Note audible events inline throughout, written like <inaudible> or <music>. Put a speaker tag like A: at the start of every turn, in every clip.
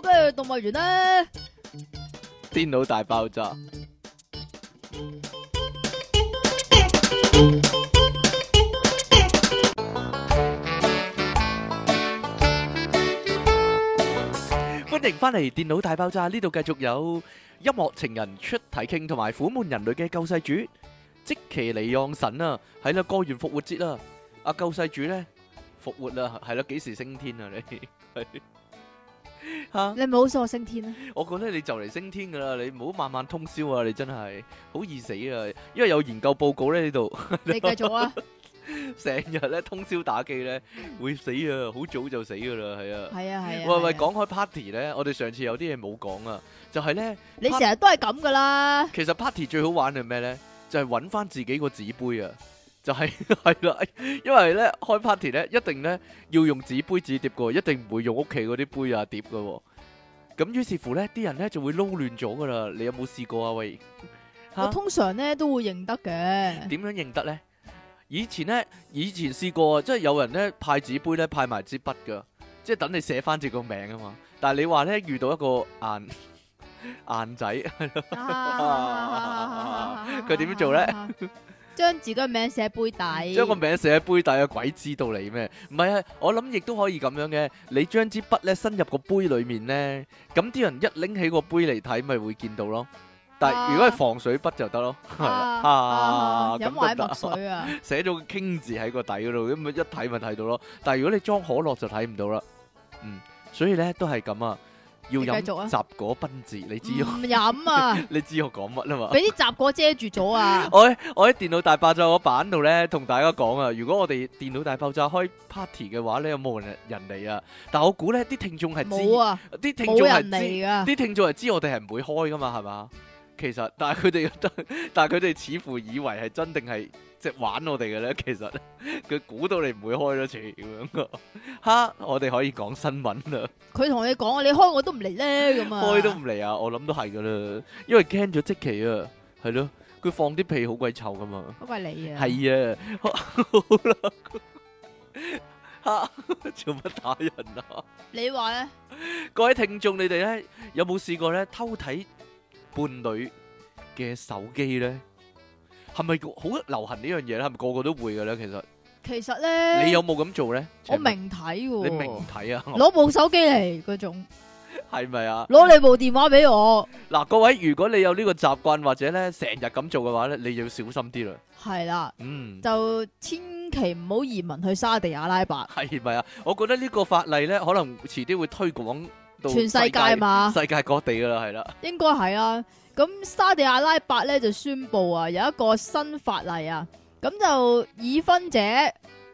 A: 完啦。
B: 電腦大爆炸。歡迎翻嚟《電腦大爆炸》，呢度繼續有音樂情人出體 king，同埋苦悶人類嘅救世主即其尼昂神啊，係啦，過完復活節啦，阿救世主咧復活啦，係啦，幾時升天啊你？係吓， <laughs>
A: 你係咪好傻升天啊？
B: 我覺得你就嚟升天噶啦，你唔好晚晚通宵啊，你真係好易死啊！因為有研究報告咧呢度。 <laughs>
A: 你繼續啊，
B: 成日咧通宵打機咧會死啊，好早就死噶啦，係啊。
A: 係啊係啊。
B: 喂喂，
A: 係啊，
B: 講開 party 咧，我哋上次有啲嘢冇講啊，就係咧，
A: 你成日都係咁噶啦，
B: 其實 party 最好玩係咩咧？就係揾翻自己個紙杯啊，就係 <laughs> 係啦，因為咧開 party 咧一定咧要用紙杯紙碟噶，一定唔會用屋企嗰啲杯啊碟噶喎。咁於是乎咧，啲人咧就會撈亂咗噶啦。你有冇試過啊？喂，
A: 我通常咧都會認
B: <laughs>
A: 得嘅。
B: 點樣認得咧？以前咧，以前試過，即係有人咧派紙杯咧派埋支筆噶，即係等你寫翻自己個名啊嘛。但係你話咧遇到一個硬 <laughs> 硬仔，佢
A: 佢
B: 點做咧？
A: <laughs> 將自己嘅名寫杯底，
B: 將個名寫喺杯底啊，鬼知道你咩？唔係啊，我諗亦都可以咁樣嘅。你將支筆咧伸入個杯裡面咧，咁啲人一拎起個杯嚟睇，咪會見到咯。但係如果係防水筆就得咯，係
A: 啊
B: 啊，
A: 啊
B: 咁
A: 飲
B: 就
A: 埋
B: 得
A: 啲。墨水啊，
B: 寫咗個傾字喺個底嗰度，咁咪一睇咪睇到咯。但係如果你裝可樂就睇唔到啦。嗯，所以咧都係咁啊，要
A: 你
B: 飲
A: 繼續啊
B: 雜果賓治，你知我 <laughs>
A: 唔飲啊，
B: 你知我講乜啦嘛？
A: 俾啲雜果遮住咗 <laughs> 啊！
B: 我喺我喺電腦大爆炸個版度咧，同大家講啊，如果我哋電腦大爆炸開 party 嘅話咧，有冇人人嚟啊？但我估咧啲聽眾係知，
A: 冇啊，
B: 啲聽眾
A: 冇
B: 係
A: 人
B: 知。
A: 嚟噶，啊
B: 啲聽眾係知我哋係唔會開噶嘛，係嘛？其實，但係佢哋， <laughs> 但係佢哋似乎以為係真定係即係玩我哋嘅咧。 <laughs> 其實佢估到你唔會開咯，似咁樣 <laughs> 啊哈！我哋可以講新聞啦，
A: 佢同你講啊，你開我都唔嚟咧咁啊，
B: 開都唔嚟啊！我諗都係噶啦，因為驚咗即期啊，係咯，佢放啲屁好鬼臭噶嘛，
A: 嗰個係你啊，
B: <laughs> 係啊，好啦， <laughs> 哈！做乜打人啊？
A: 你話咧，
B: 各位聽眾，你哋咧有冇試過咧偷睇伴侶嘅手機咧？係咪好流行呢樣嘢咧？係咪個個都會嘅咧？其實
A: 其實咧，
B: 你有冇咁做咧？
A: 我，明睇喎，
B: 你明睇啊？
A: 攞部手機嚟嗰種，
B: 係咪啊？
A: 攞你部電話俾我，
B: 嗱，各位，如果你有呢個習慣或者咧成日咁做嘅話咧，你要小心啲啦。
A: 係啦，
B: 嗯，
A: 就千祈唔好移民去沙地阿拉伯，
B: 係咪啊？我覺得呢個法例咧，可能遲啲會推廣到
A: 全世界嘛。
B: 世界各地噶啦，係啦，
A: 應該係啦。咁沙地阿拉伯咧就宣布啊，有一個新法例啊，咁就已婚者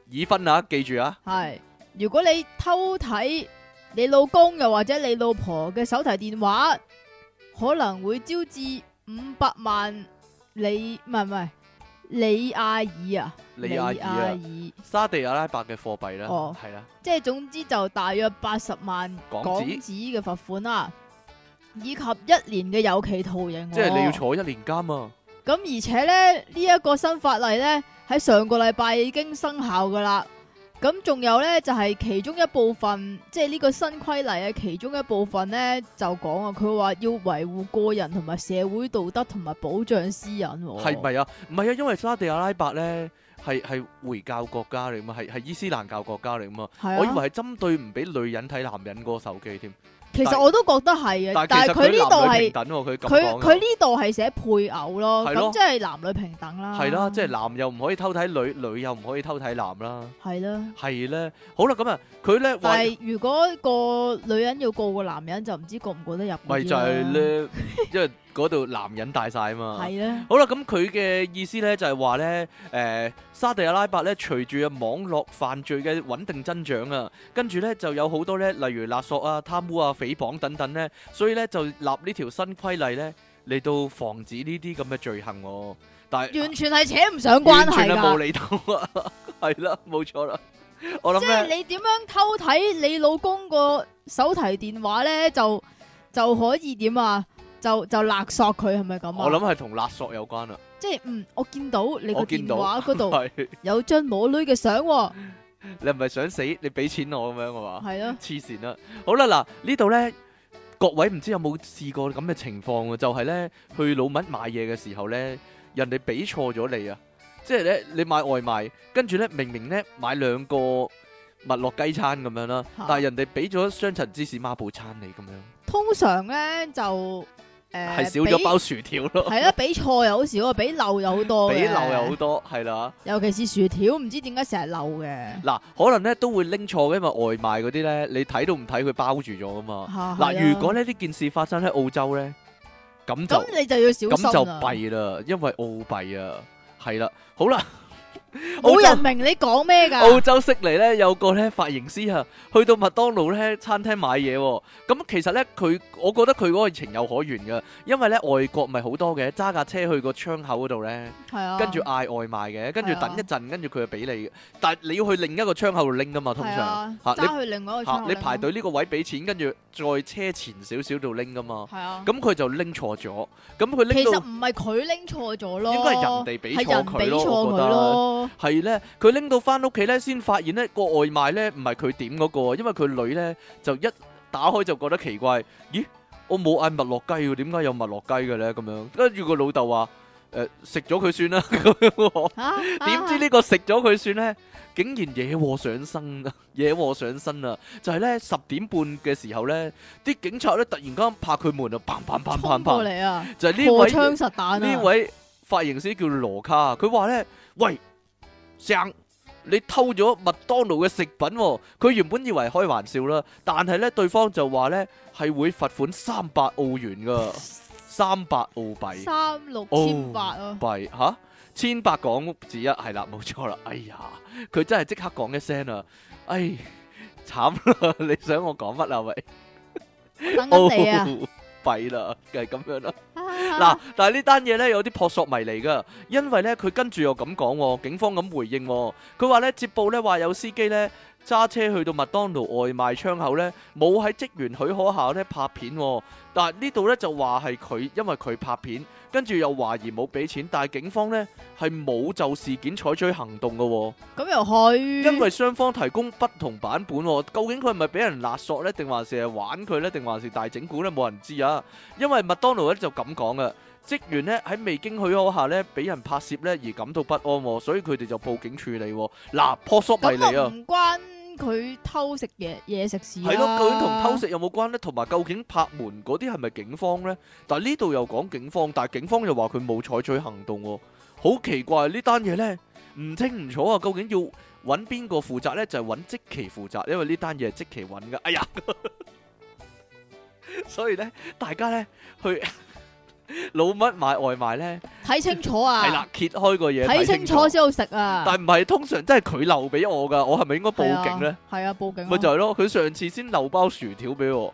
B: 已婚啊，記住啊，
A: 係，如果你偷睇你老公又或者你老婆嘅手提電話，可能會招致五百萬里唔係唔係里亞爾啊，
B: 里亞爾啊
A: 里亞爾
B: 沙地阿拉伯嘅貨幣啦，
A: 哦
B: 係啦，
A: 即係總之就大約八十萬
B: 港
A: 港
B: 紙
A: 紙嘅罰款啦，以及一年嘅有期徒刑喎。
B: 即係你要坐一年監啊。
A: 咁而且咧，呢、一個新法例咧喺上個禮拜已經生效噶啦。咁仲有咧，就係、其中一部分，即係呢個新規例嘅其中一部分咧，就講啊，佢話要維護個人同埋社會道德同埋保障私隱、喎。
B: 係咪啊？唔係啊，因為沙地阿拉伯咧係係回教國家嚟嘛，係係伊斯蘭教國家嚟嘛。
A: 係啊，
B: 我以為係針對唔俾女人睇男人嗰個手機添，
A: 其
B: 但
A: 實我都覺得係嘅，但
B: 係
A: 係佢呢度係
B: 男女平等喎，佢咁
A: 佢
B: 講
A: 佢
B: 嘅
A: 呢度係寫配偶咯，
B: 係咯
A: 咁即係男女平等啦。
B: 係啦，即係男又唔可以偷睇女，女又唔可以偷睇男啦，
A: 係啦。
B: 係咧。好啦，咁啊，佢咧
A: 但
B: 為
A: 係如果個女人要告個男人，就唔知告唔告得入嗰啲啦。<laughs>
B: 咪就係咧，因為嗰度男人大晒啊嘛。
A: 係啦。
B: 好啦，咁佢嘅意思咧就係話咧，誒、沙地阿拉伯咧，隨住啊網絡犯罪嘅穩定增長啊，跟住咧就有好多咧，例如勒索啊、貪污啊、誹謗等等咧，所以咧就立呢條新規例咧嚟到防止呢啲咁嘅罪行喎、但係啊
A: 完全係扯唔上關
B: 完
A: 係
B: 全係冇
A: 㗎，
B: 理到啊，係啦，冇錯啦，我
A: 即
B: 諗咧
A: 係你點樣偷睇你老公個手提電話咧，就就可以點啊？就就勒索佢係咪咁啊？
B: 我諗係同勒索有關啦，
A: 即係嗯，我見到你個
B: 我見
A: 電
B: 到
A: 話嗰度
B: <laughs> 係啊
A: 有張裸女嘅相喎，
B: 你係咪想死？你俾錢我咁樣係嘛？
A: 係咯，
B: 黐線啦！好啦，嗱呢度咧各位唔知有冇試過咁嘅情況啊？就係咧去老麥買嘢嘅時候咧，人哋俾錯咗你啊！即係咧你買外賣，跟住咧明明咧買兩個麥樂雞餐咁樣啦，
A: 嚇
B: 但係人哋俾咗雙層芝士孖寶餐你咁樣，
A: 通常咧就呃诶
B: 係少咗包薯條 <laughs> 咯，
A: 系啦，俾錯又好少啊，俾漏又好多嘅，
B: 俾漏又好多，係啦。
A: 尤其是薯條，唔知點解成日漏嘅。
B: 嗱，可能咧都會拎錯嘅，因為外賣嗰啲咧，你睇都唔睇佢包住咗噶嘛。
A: 嚇
B: 嗱，
A: 係啊
B: 如果咧呢件事發生喺澳洲咧，咁就
A: 咁你就要小
B: 咁就
A: 心啦，
B: 弊啦，因為澳幣啊，係啦，好啦，
A: 冇
B: 澳
A: 人
B: 洲
A: 明你講咩
B: 澳
A: 㗎。
B: 洲悉尼咧有個咧髮型師啊，去到麥當勞咧餐廳買嘢喎，咁其實咧佢，我覺得佢嗰個情有可原噶，因為咧外國咪好多嘅，揸架車去個窗口嗰度咧，
A: 係啊，
B: 跟住嗌外賣嘅，跟住
A: 係啊
B: 等一陣，跟住佢就俾你，但係你要去另一個窗口度拎噶嘛，通
A: 係
B: 常
A: 啊
B: 嚇你
A: 揸去另外一個
B: 嚇
A: 窗口
B: 你
A: 啦
B: 排隊呢個位俾錢，跟住再車前少少度拎噶嘛，
A: 係啊。
B: 咁佢就拎錯咗，咁佢
A: 其
B: 拎
A: 實
B: 到
A: 唔係佢拎錯咗咯，
B: 應該係人哋俾
A: 係
B: 錯
A: 人
B: 佢
A: 俾
B: 咯，
A: 錯
B: 我覺
A: 佢
B: 得。
A: 咯。
B: 係咧，佢拎到翻屋企咧，先發現咧個外賣咧唔係佢點嗰、個，因為佢女咧就一打開就覺得奇怪，咦，我冇嗌麥樂雞喎，點解有麥樂雞嘅咧？咁樣跟住個老豆話：誒食咗佢算啦。咁樣喎
A: 嚇
B: <laughs> 點知
A: 呢？
B: 呢個食咗佢算咧，竟然惹禍上身啊！ <laughs> 惹禍上身啊！就係咧十點半嘅時候咧，啲警察咧突然間拍佢門啊，砰砰砰
A: 衝
B: 砰
A: 過
B: 砰，
A: 嚟啊！
B: 就係呢
A: 荷
B: 位。
A: 槍實彈啊！
B: 呢位髮型師叫羅卡，佢話咧：，喂，生，你偷咗麥當勞嘅食品、喎。佢原本以為開玩笑啦，但係咧對方就話咧係會罰款三百澳元
A: <laughs>
B: 噶，三百澳幣
A: 三六千八啊！
B: 幣吓，千百港紙一係啦，冇錯啦。哎呀，佢真係即刻講一聲啊，哎，慘啦！你想我講乜啊？喂，
A: 等緊你啊！
B: <laughs> 哦弊啦，就係咁樣啦。嗱
A: 嗱，，
B: 但係呢單嘢咧有啲撲朔迷離噶，因為咧佢跟住又咁講喎，警方咁回應喎，佢話咧接報咧話有司機咧揸車去到麥當勞外賣窗口咧，冇喺職員許可下咧拍片喎，但係呢度咧就話係佢因為佢拍片，跟住又懷疑冇俾錢，但係警方咧係冇就事件採取行動噶喎。
A: 咁又去，
B: 因為雙方提供不同版本、喎，究竟佢係咪俾人勒索呢？定還是係玩佢呢？定還是大整蠱呢？冇人知啊！因為麥當勞咧就咁講嘅，職員呢喺未經許可下呢，俾人拍攝呢而感到不安、喎，所以佢哋就報警處理、喎。嗱，撲朔迷
A: 咁
B: 離
A: 又
B: 啊！
A: 唔關佢偷食嘢嘢食事啊
B: 係咯，究竟同偷食有冇關呢？同埋究竟拍門嗰啲係咪警方呢？但係呢度又講警方，但係警方又話佢冇採取行動喎、好奇怪呢單嘢呢，唔清唔楚啊！究竟要揾邊個負責呢？就係揾即期負責，因為呢單嘢係即期揾嘅。哎呀， <laughs> 所以呢，大家呢，去 <laughs> 老乜買外賣呢？
A: 睇清楚
B: 係
A: 啊
B: 啦！，揭開個嘢
A: 睇清楚先好食啊！
B: 但唔係通常真係佢漏俾我㗎，我係咪應該報警呢？
A: 係啊，報警
B: 咪就
A: 咯
B: 係咯，佢上次先漏包薯條俾我，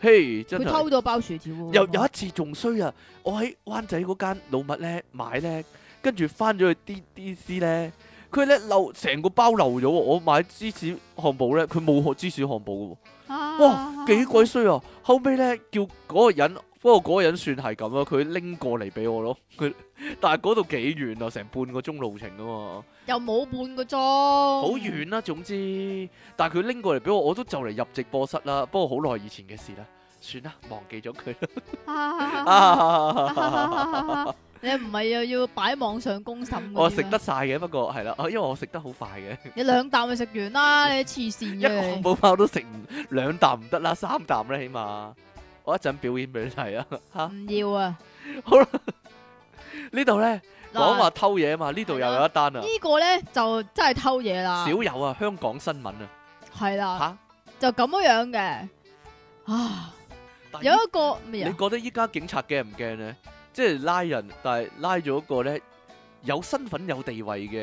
B: 嘿，真
A: 佢
B: 係
A: 偷咗包薯條喎。
B: 有有一次仲衰啊！我喺灣仔嗰間老麥咧買咧，跟住翻咗去 D D C 咧，佢咧漏成個包漏咗喎，我買芝士漢堡咧，佢冇學芝士漢堡
A: 啊
B: 嘅喎，哇幾鬼衰啊！後尾咧叫嗰個人，不過嗰個人算係咁啦，佢拎過嚟俾我咯，佢但係嗰度幾遠啊，成半個鐘路程啊嘛。
A: 又冇半個鐘，
B: 好
A: 好
B: 遠啦、總之，但係佢拎過嚟俾我，我都就嚟入直播室啦。不過好耐以前嘅事啦，算啦，忘記咗佢 <laughs>
A: 啊！
B: 啦。 <laughs>
A: 你唔係又要擺網上公審嗰啲
B: 我食
A: 咩
B: 得晒嘅，不過係啦，因為我食得好快嘅，
A: 你兩啖就食完
B: <laughs>
A: 啦，你黐線
B: 一個漢
A: 嘅，
B: 堡包都食唔兩啖唔得啦，三啖咧起碼。我一陣表演俾你睇啊！嚇，
A: 唔要啊！
B: 呢度咧講話
A: 嗱，
B: 偷嘢啊嘛，呢度又有一單啊，
A: 呢個咧就真係偷嘢啦
B: 少，有啊，香港新聞啊
A: 係啦，
B: 嚇。
A: 就咁樣樣嘅啊！
B: 但
A: 有一個咩
B: 你
A: 啊？
B: 覺得依家警察驚唔驚呢？即係拉人，但係拉咗一個咧有身份有地位嘅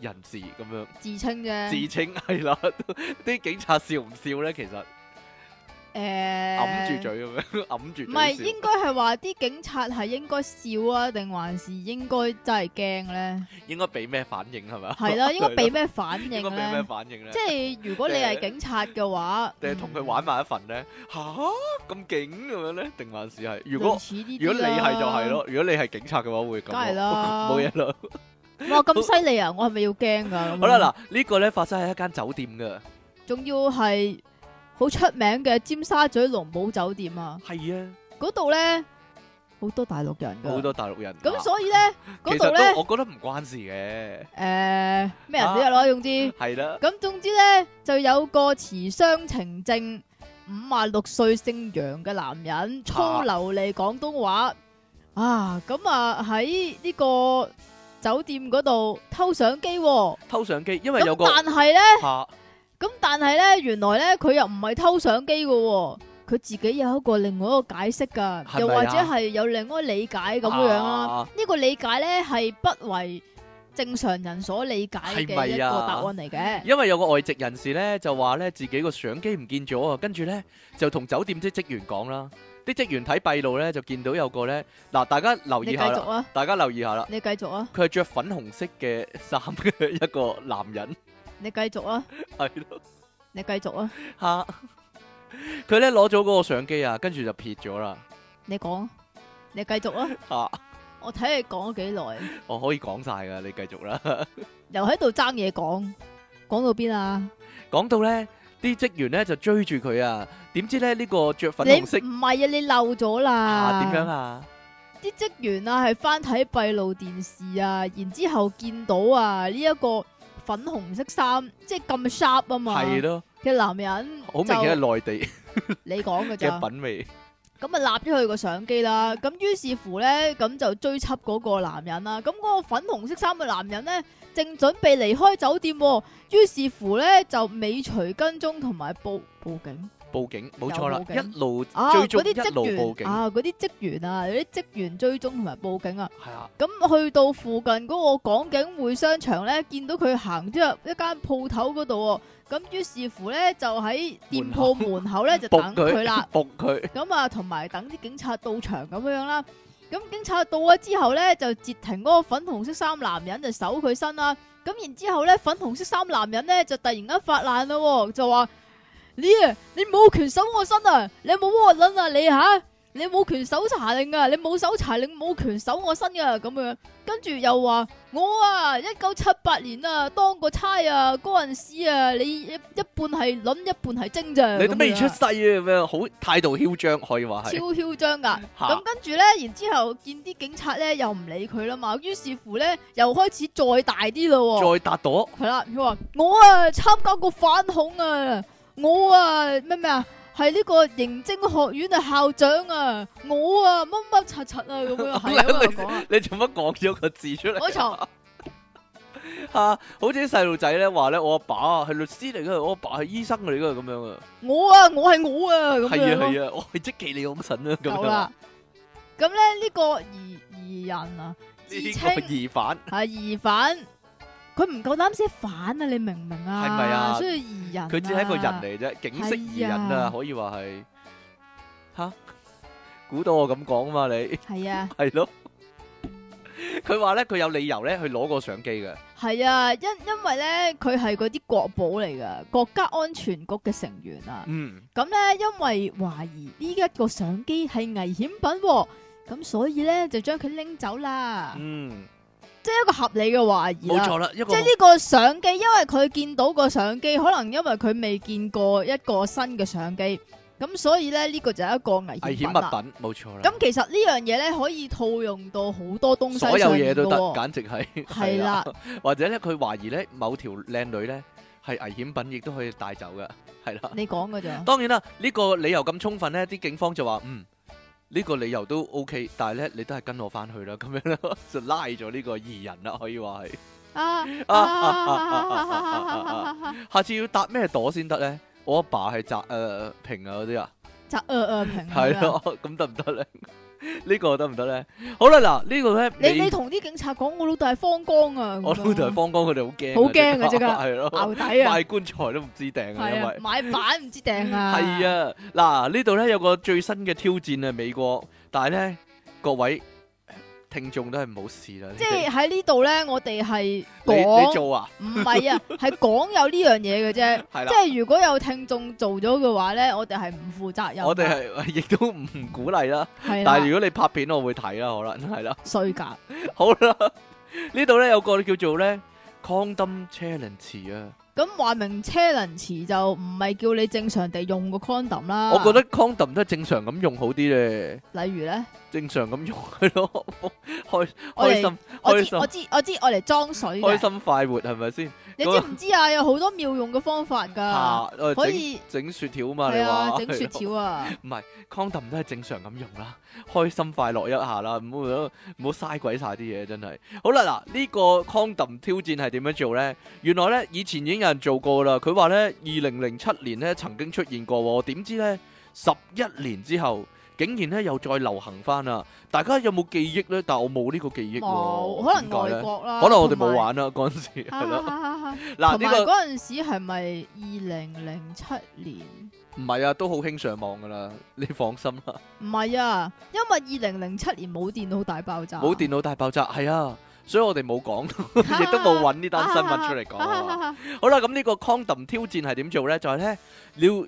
B: 人士咁樣
A: 自稱
B: 自
A: 啫，
B: 稱係啦， <laughs> 啲警察笑唔笑咧？其實
A: 誒
B: 揞住。嘴咁樣， <laughs> 揞住
A: 唔係，
B: 嘴笑。
A: 應該係話啲警察係應該笑啊，定還是應該真係驚咧？
B: 應該俾咩反應係咪啊？
A: 係
B: <laughs>
A: 啦，應該俾咩反應
B: 應該俾咩
A: 咧？
B: 反應咧
A: 即？係如果你係警察嘅話，
B: 定係同佢
A: 嗯
B: 玩埋一份咧？吓，咁勁咁樣咧？定還是係如
A: 類
B: 果
A: 似呢啲
B: 如果你係就係
A: 啦，
B: 咯，如果你係警察嘅話會咁
A: 梗係
B: 喎，
A: 啦，
B: 冇嘢啦。
A: 哇咁犀利
B: <laughs>
A: 啊！我係咪要驚噶？咁樣
B: 好啦，嗱呢個咧發生喺一間酒店㗎。
A: 仲要係好出名嘅尖沙咀龍寶酒店啊，
B: 係啊，
A: 嗰度咧好多大陸人
B: 好
A: 噶，
B: 多大陸人
A: 咁
B: 啊
A: 所以咧嗰
B: 其
A: 度
B: 實
A: 咧
B: 都我覺得唔關事嘅，
A: 诶咩人都有咯，總之。
B: 係啦，
A: 咁總之咧，就有個持雙程證、五啊六歲姓楊嘅男人，粗流利廣東話啊！咁啊喺呢個酒店嗰度偷相機喎、
B: 偷相機，因為有
A: 咁
B: 個
A: 但係咧，
B: 拍
A: 咁但係咧，原來咧佢又唔係偷相機嘅喎，佢自己有一個另外一個解釋㗎，
B: 係咪啊
A: 又或者係有另外一個理解咁樣啦。
B: 啊
A: 呢個理解咧係不為正常人所理解嘅
B: 係咪
A: 一個
B: 啊
A: 答案嚟嘅。
B: 因為有個外籍人士咧就話咧自己個相機唔見咗啊，跟住咧就同酒店啲職員講啦，啲職員睇閉路咧就見到有個咧嗱，大家留
A: 你
B: 意
A: 繼
B: 下
A: 續
B: 啦，
A: 啊！
B: 大家留意下啦，
A: 你繼續啊，
B: 佢係着粉紅色嘅衫嘅一個男人，
A: 你繼續啊，
B: 係咯。
A: 你繼續啊，
B: 吓，佢咧攞咗嗰個相機啊，跟住就撇咗啦。
A: 你講，你繼續啊，
B: 吓、
A: 我睇你講咗幾耐，
B: 我可以講晒噶，你繼續啦。
A: 又喺度爭嘢講，講到邊啊？
B: 講到咧，啲職員咧就追住佢啊，點知咧呢、個着粉
A: 你
B: 紅色
A: 唔係啊，你漏咗啦。
B: 啊，點樣？啊？
A: 啲職員啊，係翻睇閉路電視啊，然之後見到啊呢一個粉紅色衫，即係咁 sharp 啊嘛
B: 係咯，
A: 嘅男人，
B: 好明顯啊係內地
A: 就你講嘅咋。
B: 嘅品味。
A: 咁啊立咗佢個相機啦，咁於是乎咧，咁就追緝嗰個男人啦。咁嗰個粉紅色衫嘅男人咧，正準備離開酒店、喎，於是乎咧就尾隨跟蹤同埋報報警
B: 報警，冇錯啦
A: 有，報警
B: 一路嗯追
A: 啊！嗰啲
B: 蹤，一路報
A: 職
B: 警，
A: 員啊，嗰啲職員啊，有啲職員追蹤同埋報警啊。
B: 係啊，
A: 咁去到附近嗰個港景匯商場咧，見到佢行咗入一間鋪頭嗰度喎，咁於是乎咧就喺店鋪門口咧就等
B: 伏
A: 佢啦
B: 佢，。 <laughs> 伏佢，
A: 咁啊，同埋等啲警察到場咁樣啦。咁警察到咗之後咧，就截停嗰個粉紅色衫男人，就搜佢身啦。咁然之後咧，粉紅色衫男人咧就突然間發爛啦、喎，就話：你啊，你冇權搜我身啊！你有冇窩撚啊你吓、你冇權搜查令啊！你冇搜查令，冇權搜我身噶、咁樣。跟住又話我啊，一九七八年啊，當過差啊，嗰陣時啊，你一一半係撚，一半係精咋。
B: 你都
A: 咁
B: 未
A: 樣
B: 出世啊，咁樣好態度囂張，可以話
A: 超
B: 係
A: 囂張噶。
B: 嚇
A: 咁跟住咧，然之後見啲警察咧又唔理佢啦嘛，於是乎咧又開始再大啲咯
B: 再搭朵，
A: 喎。係啦，佢話我啊參加過反恐啊，我啊咩咩啊。係呢個刑偵學院啊校長啊，我啊乜乜柒柒啊咁
B: <laughs>
A: 樣，係咁樣講啊，
B: 你做乜講咗個字出嚟？
A: 我嘈
B: 啊，好似啲細路仔咧話咧，我阿爸啊係律師嚟噶，我阿爸係醫生嚟噶，咁樣啊，
A: 我啊我係我啊咁
B: 係
A: 樣
B: 啊
A: 咯，
B: 係啊，我係即其利昂神啊，咁
A: 夠
B: 樣啊
A: 啦。咁咧呢個疑疑人啊，自
B: 呢
A: 稱
B: 個疑犯
A: 啊疑犯，佢唔夠膽寫反啊，你明唔明啊？
B: 係咪啊
A: 所以疑人、啊，
B: 佢只係一個人嚟啫，警色疑人
A: 係
B: 啊
A: 啊，
B: 可以話係吓，估到我咁講嘛你 <laughs>
A: 係啊，
B: 係咯。佢話咧，佢有理由咧去攞個相機嘅，
A: 係啊，因因為咧，佢係嗰啲國寶嚟噶，國家安全局嘅成員啊。
B: 嗯，
A: 咁咧，因為懷疑呢一個相機係危險品、喎，咁所以咧就將佢拎走啦，
B: 嗯，
A: 即係一個合理嘅懷疑
B: 冇
A: 啦。
B: 錯啦，一個
A: 即係呢個相機，因為佢見到個相機，可能因為佢未見過一個新嘅相機，咁所以咧呢、個就係一個危險
B: 危險
A: 品
B: 物
A: 啦。
B: 品，冇錯啦
A: 咁，其實呢樣嘢咧可以套用到好多東西
B: 所有
A: 上
B: 嘢
A: 面
B: 都
A: 㗎
B: 得，
A: 喎
B: 簡直係
A: 係
B: 係
A: 啦，
B: 或者咧佢懷疑咧某條靚女咧係危險品，亦都可以帶走嘅，係啦。
A: 你講噶咋？
B: 當然啦，呢、個理由咁充分咧，啲警方就話嗯。呢個理由都 OK，但係咧，你都係跟我翻去啦，咁樣咯， <laughs> 就拉咗呢個疑人啦，可以話係。
A: 啊
B: 下次要搭咩朵先得咧？我阿爸係擲誒平啊嗰啲啊，
A: 集呃呃平
B: 係，咯，咁得唔得咧？呢個得唔得咧？好啦，嗱，呢個咧，
A: 你
B: 美
A: 你同啲警察講，我老豆係方剛啊，
B: 我老豆係方剛，佢哋好驚，
A: 好驚啊即刻
B: 係咯，
A: 牛底啊，
B: 賣棺材都唔知訂啊，
A: 係
B: 因為
A: 啊，。買板唔知訂啊，
B: 係，啊，嗱呢度咧有個最新嘅挑戰啊，美國，但係咧各位聽眾都係唔好試啦。
A: 即係喺呢度咧，我哋係
B: 你你你
A: 講
B: 做啊，
A: 唔係啊，係講有呢樣嘢嘅啫。
B: 係
A: 即
B: 啦，
A: 係如果有聽眾做咗嘅話咧，我哋係唔負責任㗎，
B: 我哋係 <laughs> 亦都唔鼓勵啦。
A: 係
B: 但係
A: 啦，
B: 如果你拍片，我會睇啦，可能係啦。 <laughs>
A: 衰格
B: 好啦，呢度咧有個叫做咧 condom challenge 啊，
A: 咁話明車輪匙就唔係叫你正常地用個 condom 啦。
B: 我覺得 condom 都係正常咁用好啲咧，
A: 得，例如咧，
B: 正常咁用係咯，開
A: 我
B: 開
A: 哋
B: 心
A: 我知
B: 開
A: 啊
B: 心
A: 我知我知，我嚟裝水
B: 開
A: 嘅。
B: 心快活係咪先？
A: 你知唔知啊？有好多妙用嘅方法㗎，
B: 啊，我哋
A: 可
B: 整
A: 以
B: 整雪條嘛？
A: 係
B: 你
A: 啊，
B: 話
A: 整雪
B: 係咯
A: 條啊。
B: 唔係 condom 都係正常咁用啦，開心快樂一下啦，唔好唔好嘥鬼晒啲嘢，真係。好啦，嗱呢個 condom 挑戰係點樣做呢？原來呢，以前已經有人做過啦，佢話呢，二零零七年呢曾經出現過喎，點知呢，十一年之後竟然呢又再流行翻啦！大家有冇記憶呢？但我冇呢個記憶
A: 冇，
B: 喎，
A: 可能
B: 點解呢
A: 外國啦，
B: 可能我哋冇
A: 同埋。
B: 玩啦 <laughs> 嗰陣時，係咯。
A: <laughs> 同
B: 嗱
A: 埋
B: 呢個
A: 嗰陣時係咪二零零七年？
B: 唔係啊，都好興上網噶啦，你放心啦。
A: 唔係啊，因為二零零七年冇電腦大爆炸，
B: 冇電腦大爆炸，係啊，所以我哋冇講， <laughs> 亦都冇揾呢單新聞出嚟講啊嘛。
A: 啊
B: 好啦，咁呢個 condom 挑戰係點做呢？就係呢，你要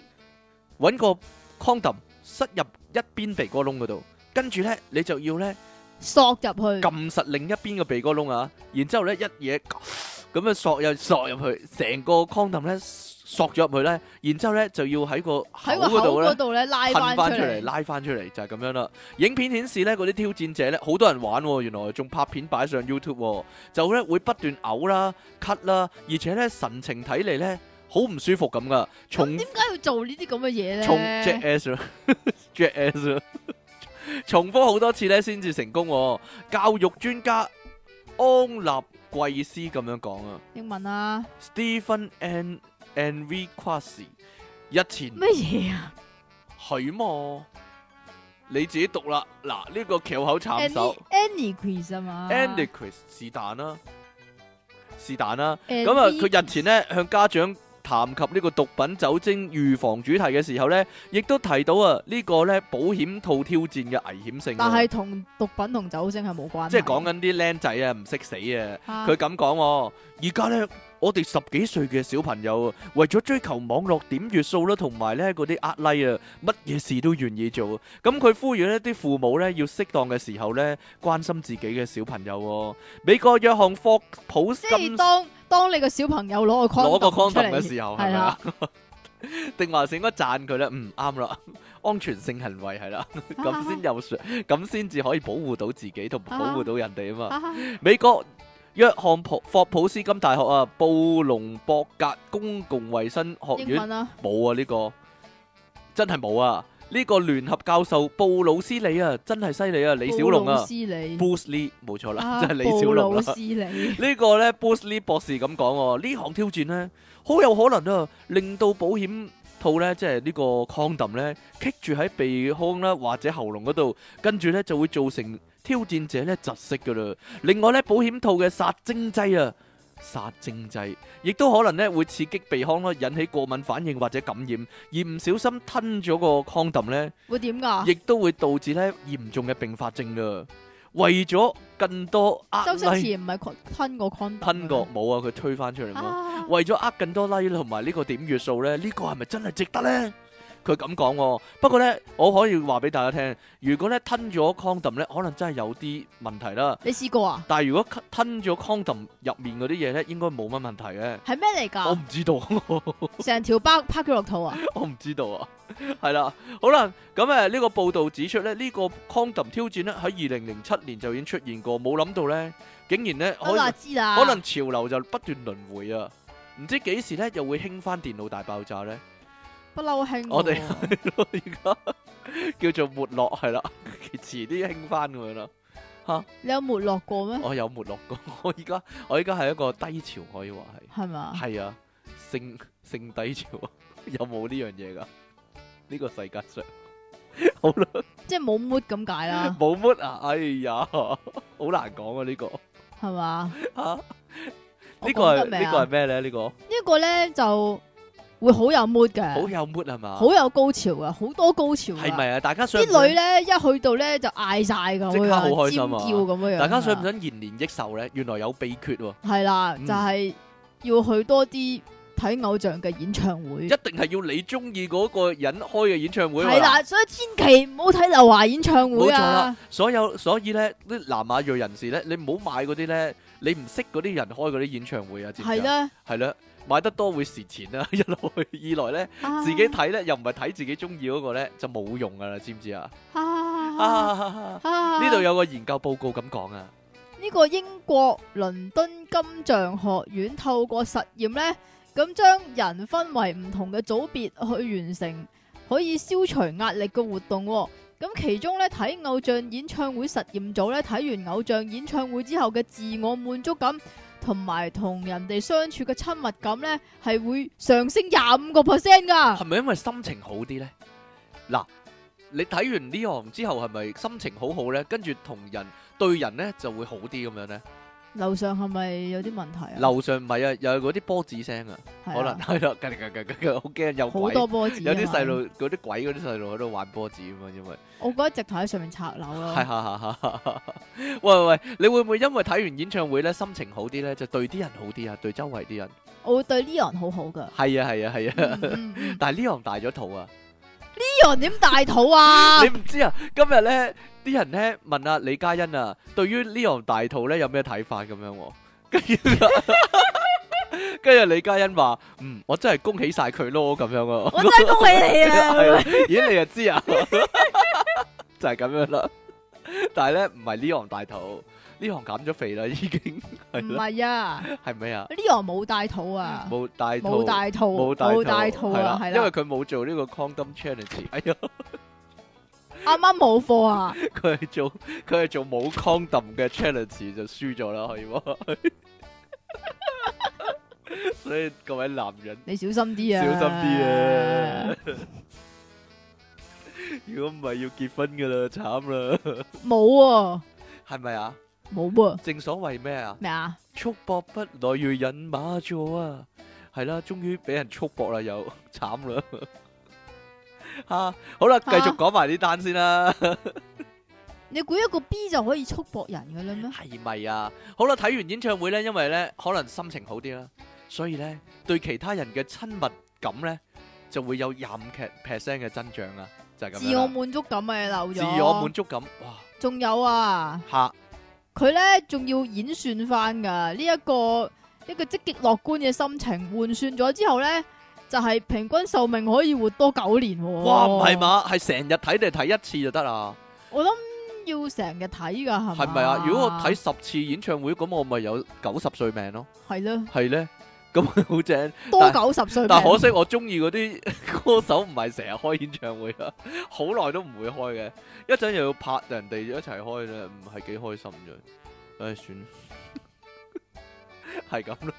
B: 揾個 condom 塞入一邊鼻哥窿嗰度，跟住呢，你就要呢
A: 索入去，
B: 撳實另一邊嘅鼻哥窿啊，然之後呢，一嘢咁樣索入索入去，成個 condom 呢索咗入去呢，然之後呢，就要喺個口
A: 喺個
B: 嗰
A: 口
B: 度呢
A: 嗰。度咧拉
B: 噴
A: 翻
B: 翻
A: 出
B: 出嚟，
A: 嚟，
B: 拉翻出嚟就係、咁樣啦。影片顯示呢嗰啲挑戰者呢，好多人玩喎、原來仲拍片擺上 YouTube，喎、就呢會不斷嘔啦、咳啦，而且呢神情睇嚟呢，好唔舒服咁噶。重
A: 咁點解要做呢啲咁嘅嘢
B: 重
A: 咧？
B: Jack <laughs> S 啦，Jack S 啦，啊重複好多次呢先至成功、喎。教育專家安立貴斯咁樣講啊
A: 英文啊，
B: ，Stephen N. Enrique Quasi 日前。
A: 乜嘢啊
B: 係嘛？你自己讀啦。嗱，呢、個翹口插手
A: ？Anyquiz 啊嘛
B: a n d i q u i s 是但啦，是但啦。
A: Any-
B: 咁啊，佢日前呢向家長談及呢個毒品酒精預防主題嘅時候呢，亦都提到啊呢、個呢保險套挑戰嘅危險性啊。
A: 但係同毒品同酒精係冇關係，
B: 即係講緊啲僆仔啊，唔識死啊。
A: 啊
B: 佢咁講喎，而家呢，我哋十幾歲嘅小朋友啊，為咗追求網絡點閱數啦，同埋呢嗰啲呃 like 啊，乜嘢事都願意做。咁佢呼籲呢啲父母呢，要適當嘅時候呢，關心自己嘅小朋友喎。美國約翰霍普
A: 即
B: 金
A: 係當當你個小朋友攞個 condom
B: 攞個
A: 出
B: condom
A: 嚟
B: 嘅時候，
A: 係
B: 係咪
A: 啦
B: 啊？ <laughs> 定還是應該讚佢咧？嗯，啱啦，安全性行為係啦，
A: <laughs>
B: 咁先有上，咁先至可以保護到自己同保護到人哋啊嘛。美國約翰普霍普斯金大學啊，布隆博格公共衛生學
A: 英
B: 院
A: 文啊，
B: 冇啊呢、個，真係冇啊！呢、個聯合教授布魯斯利啊，真係犀利啊！李小龍
A: 布魯
B: 啊
A: 斯利
B: b u c e Lee 冇錯啦，
A: 啊
B: 真係李小龍
A: 布魯。
B: 啦
A: 斯利
B: 呢個呢 b u c e Lee 博士咁講喎，呢項挑戰呢，好有可能啊，令到保險套呢，即係呢個 condom 呢，棘住喺鼻腔啦或者喉嚨嗰度，跟住呢就會造成挑戰者呢窒息噶啦。另外呢，保險套嘅殺精劑啊。殺精劑，亦都可能咧會刺激鼻腔啦，引起過敏反應或者感染，而唔小心吞咗個 condom 咧，
A: 會點
B: <laughs>
A: 㗎？
B: 亦都會導致咧嚴重嘅併發症噶。為咗更多呃
A: 周星
B: like
A: 馳唔係吞吞過 condom，
B: 吞過冇啊，佢推返出嚟咯。
A: 啊
B: 為咗呃更多 like 同埋呢個點閱數咧，呢個係咪真係值得呢？佢咁講喎，不過呢，我可以話俾大家聽，如果咧吞咗 condom 咧，可能真係有啲問題啦。
A: 你試過啊？
B: 但係如果吞咗 condom 入面嗰啲嘢咧，應該冇乜問題嘅。
A: 係咩嚟
B: 我
A: 㗎？
B: 唔知道， <laughs>
A: 成條包拍咗落肚啊？
B: 我唔知道啊。係啦，好啦，咁誒呢個報道指出咧，呢、個 condom 挑戰咧喺二零零七年就已經出現過，冇諗到呢，竟然呢。 <laughs> 可
A: 我
B: 以
A: 嗱知啦，
B: 可能潮流就不斷輪迴啊！唔知幾時咧又會興翻電腦大爆炸咧？
A: 不嬲興喎。
B: 我哋而家叫做沒落係啦，遲啲興翻咁樣啦。
A: <laughs> 你有沒落過咩？
B: 我有沒落過，我而家我而家係一個低潮可以話
A: 係咪啊
B: 係，？係啊，性性低潮啊 <laughs> 有冇呢樣嘢噶？呢、個世界上好啦，
A: 即係冇 mood 咁解
B: <laughs>
A: 啦，
B: 冇乜啊！哎呀，好難講啊呢、個
A: 係嘛？
B: 啊
A: 我
B: 呢個係
A: 講得未
B: 呢
A: 啊
B: 個係咩咧？呢個
A: 呢個咧就會好有 mood
B: 好
A: 嘅，
B: 有 mood 係嘛？
A: 好有高潮啊，好多高潮㗎
B: 係？咪啊？大家想唔
A: 啲
B: 想
A: 女咧一去到咧就嗌晒㗎，會
B: 即刻
A: 有人
B: 好開心啊
A: 尖叫咁樣樣㗎。
B: 大家想唔想延年益壽咧？原來有秘訣喎、
A: 係啦，
B: 嗯
A: 就係要去多啲睇偶像嘅演唱會
B: 一。定係要你中意嗰個人開嘅演唱會喎
A: 係啦，所以千祈唔好睇劉華演唱
B: 冇
A: 會
B: 錯啦
A: 啊！。
B: 所有所以咧，啲南亞裔人士咧，你唔好買嗰啲咧，你唔識嗰啲人開嗰啲演唱會啊，知唔知啊
A: 係啦，
B: 係啦，買得多會蝕錢 <laughs> 啦，一來二來咧，
A: 啊
B: 自己睇咧又唔係睇自己中意嗰個咧，就冇用噶啦，知唔知啊？
A: 啊
B: 啊
A: 啊
B: 呢度有個研究報告咁講啊，
A: 呢個英國倫敦金像學院透過實驗呢，咁將人分為唔同嘅組別去完成可以消除壓力嘅活動、喎。咁其中呢，睇偶像演唱會實驗組呢，睇完偶像演唱會之後嘅自我滿足感同埋同人哋相處嘅親密感呢，係會上升廿五個 percent 噶
B: 係。咪因為心情好啲咧？嗱，你睇完呢行之後係咪心情好好咧？跟住同人對人咧就會好啲咁樣咧？
A: 樓上係咪有啲問題啊？
B: 樓上唔係啊，又係嗰啲波子聲啊，
A: 係啊
B: 可能 <laughs> 係啦，吉吉吉吉吉好驚有
A: 好
B: 鬼。
A: 多波子啊嘛，
B: 有啲細路，嗰啲鬼嗰啲細路喺度玩波子啊嘛，因為
A: 我覺得直頭喺上面拆樓咯。
B: 係係係係，喂喂喂，你會唔會因為睇完演唱會咧心情好啲咧，就對啲人好啲啊，對周圍啲人？
A: 我會對呢 e 好好噶。
B: 係啊係啊係啊，
A: 呢
B: 但係呢行大咗肚啊！
A: 人點大肚啊？
B: 你唔知啊？今日咧啲人咧問阿李嘉欣啊，對於呢行大肚咧有咩睇法咁樣喎？跟住 <laughs> 跟住李嘉欣話：嗯，我真係恭喜晒佢咯咁樣啊！
A: 我真係恭喜你
B: 係
A: <laughs> 啊！
B: 啊咦，你又知啊？ <laughs> 就係咁樣啦。但係咧，唔係呢行大肚，呢行減咗肥啦，已經
A: 唔
B: <laughs> 係啦，
A: 係啊，
B: 係咪啊？
A: 呢人冇大肚啊，
B: 冇大肚，
A: 冇大肚，
B: 冇大
A: 冇大肚啊，係
B: 因為
A: 啦，
B: 佢冇做呢個 condom challenge。哎呀，
A: 啱啱冇貨啊，
B: 佢係做佢係做冇 condom 嘅 challenge 就輸咗啦，可以嗎？
A: <laughs>
B: 所以各位男人。
A: 你小心啲啊，
B: 小心啲啊！！ <laughs> 如果唔係要結婚噶啦，慘啦，
A: 冇啊，
B: 係咪啊？
A: 冇啊，
B: 正所謂咩啊？
A: 咩啊？
B: 束縛不來如人馬座啊，係啦，終於俾人束縛啦，又 <laughs> 慘啦。吓、好啦，繼續
A: 嚇
B: 講埋呢單先啦， <laughs>
A: 你估一個 B 就可以束縛人嘅啦咩？
B: 係咪啊？好啦，睇完演唱會呢，因為呢可能心情好啲啦，所以呢對其他人嘅親密感呢，就會有廿五 percent 嘅增長啊，就係咁
A: 自我
B: 樣啦。
A: 滿足感啊，漏咗。
B: 自我滿足感，哇
A: 仲有啊，
B: 吓！
A: 佢咧仲要演算翻噶呢一個一個積極樂觀嘅心情換算咗之後咧，就係、平均壽命可以活多九年、喎。
B: 哇，唔係？嘛，係成日睇定係睇一次就得啦，
A: 我諗要成日睇噶係
B: 係咪啊？如果我睇十次演唱會，咁我咪有九十歲命 <laughs> 咯，
A: 係咯，
B: 係咧，咁好正。
A: 多九十歲命。
B: 但可惜我中意嗰啲 <laughs> 歌手唔係成日開演唱會啊，好耐都唔會開嘅，一陣又要拍人哋一齊開咧，唔係幾開心啫。唉，算啦， <laughs> 係咁啦，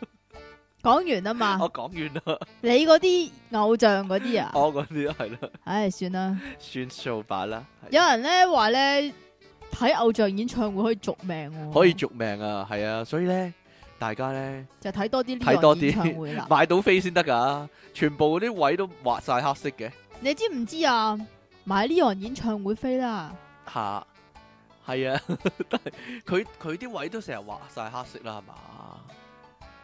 A: 講完啊嘛，
B: 我哦講完啦，
A: 你嗰啲偶像嗰啲啊，
B: 我嗰啲係啦，
A: 唉算啦。
B: 算數吧啦，係
A: 有人咧話咧睇偶像演唱會可以續命、喎，
B: 可以續命啊，係啊，所以咧，大家咧。
A: 就睇多啲呢
B: 睇多
A: 個
B: 啲
A: 演唱會
B: <laughs>
A: 啦。
B: 買到飛先得㗎，全部嗰啲位都畫晒黑色嘅
A: 你知唔知啊？買呢樣演唱會飛啦。
B: 嚇，係啊， <laughs> 但係佢佢啲位都成日畫晒黑色啦，係嘛？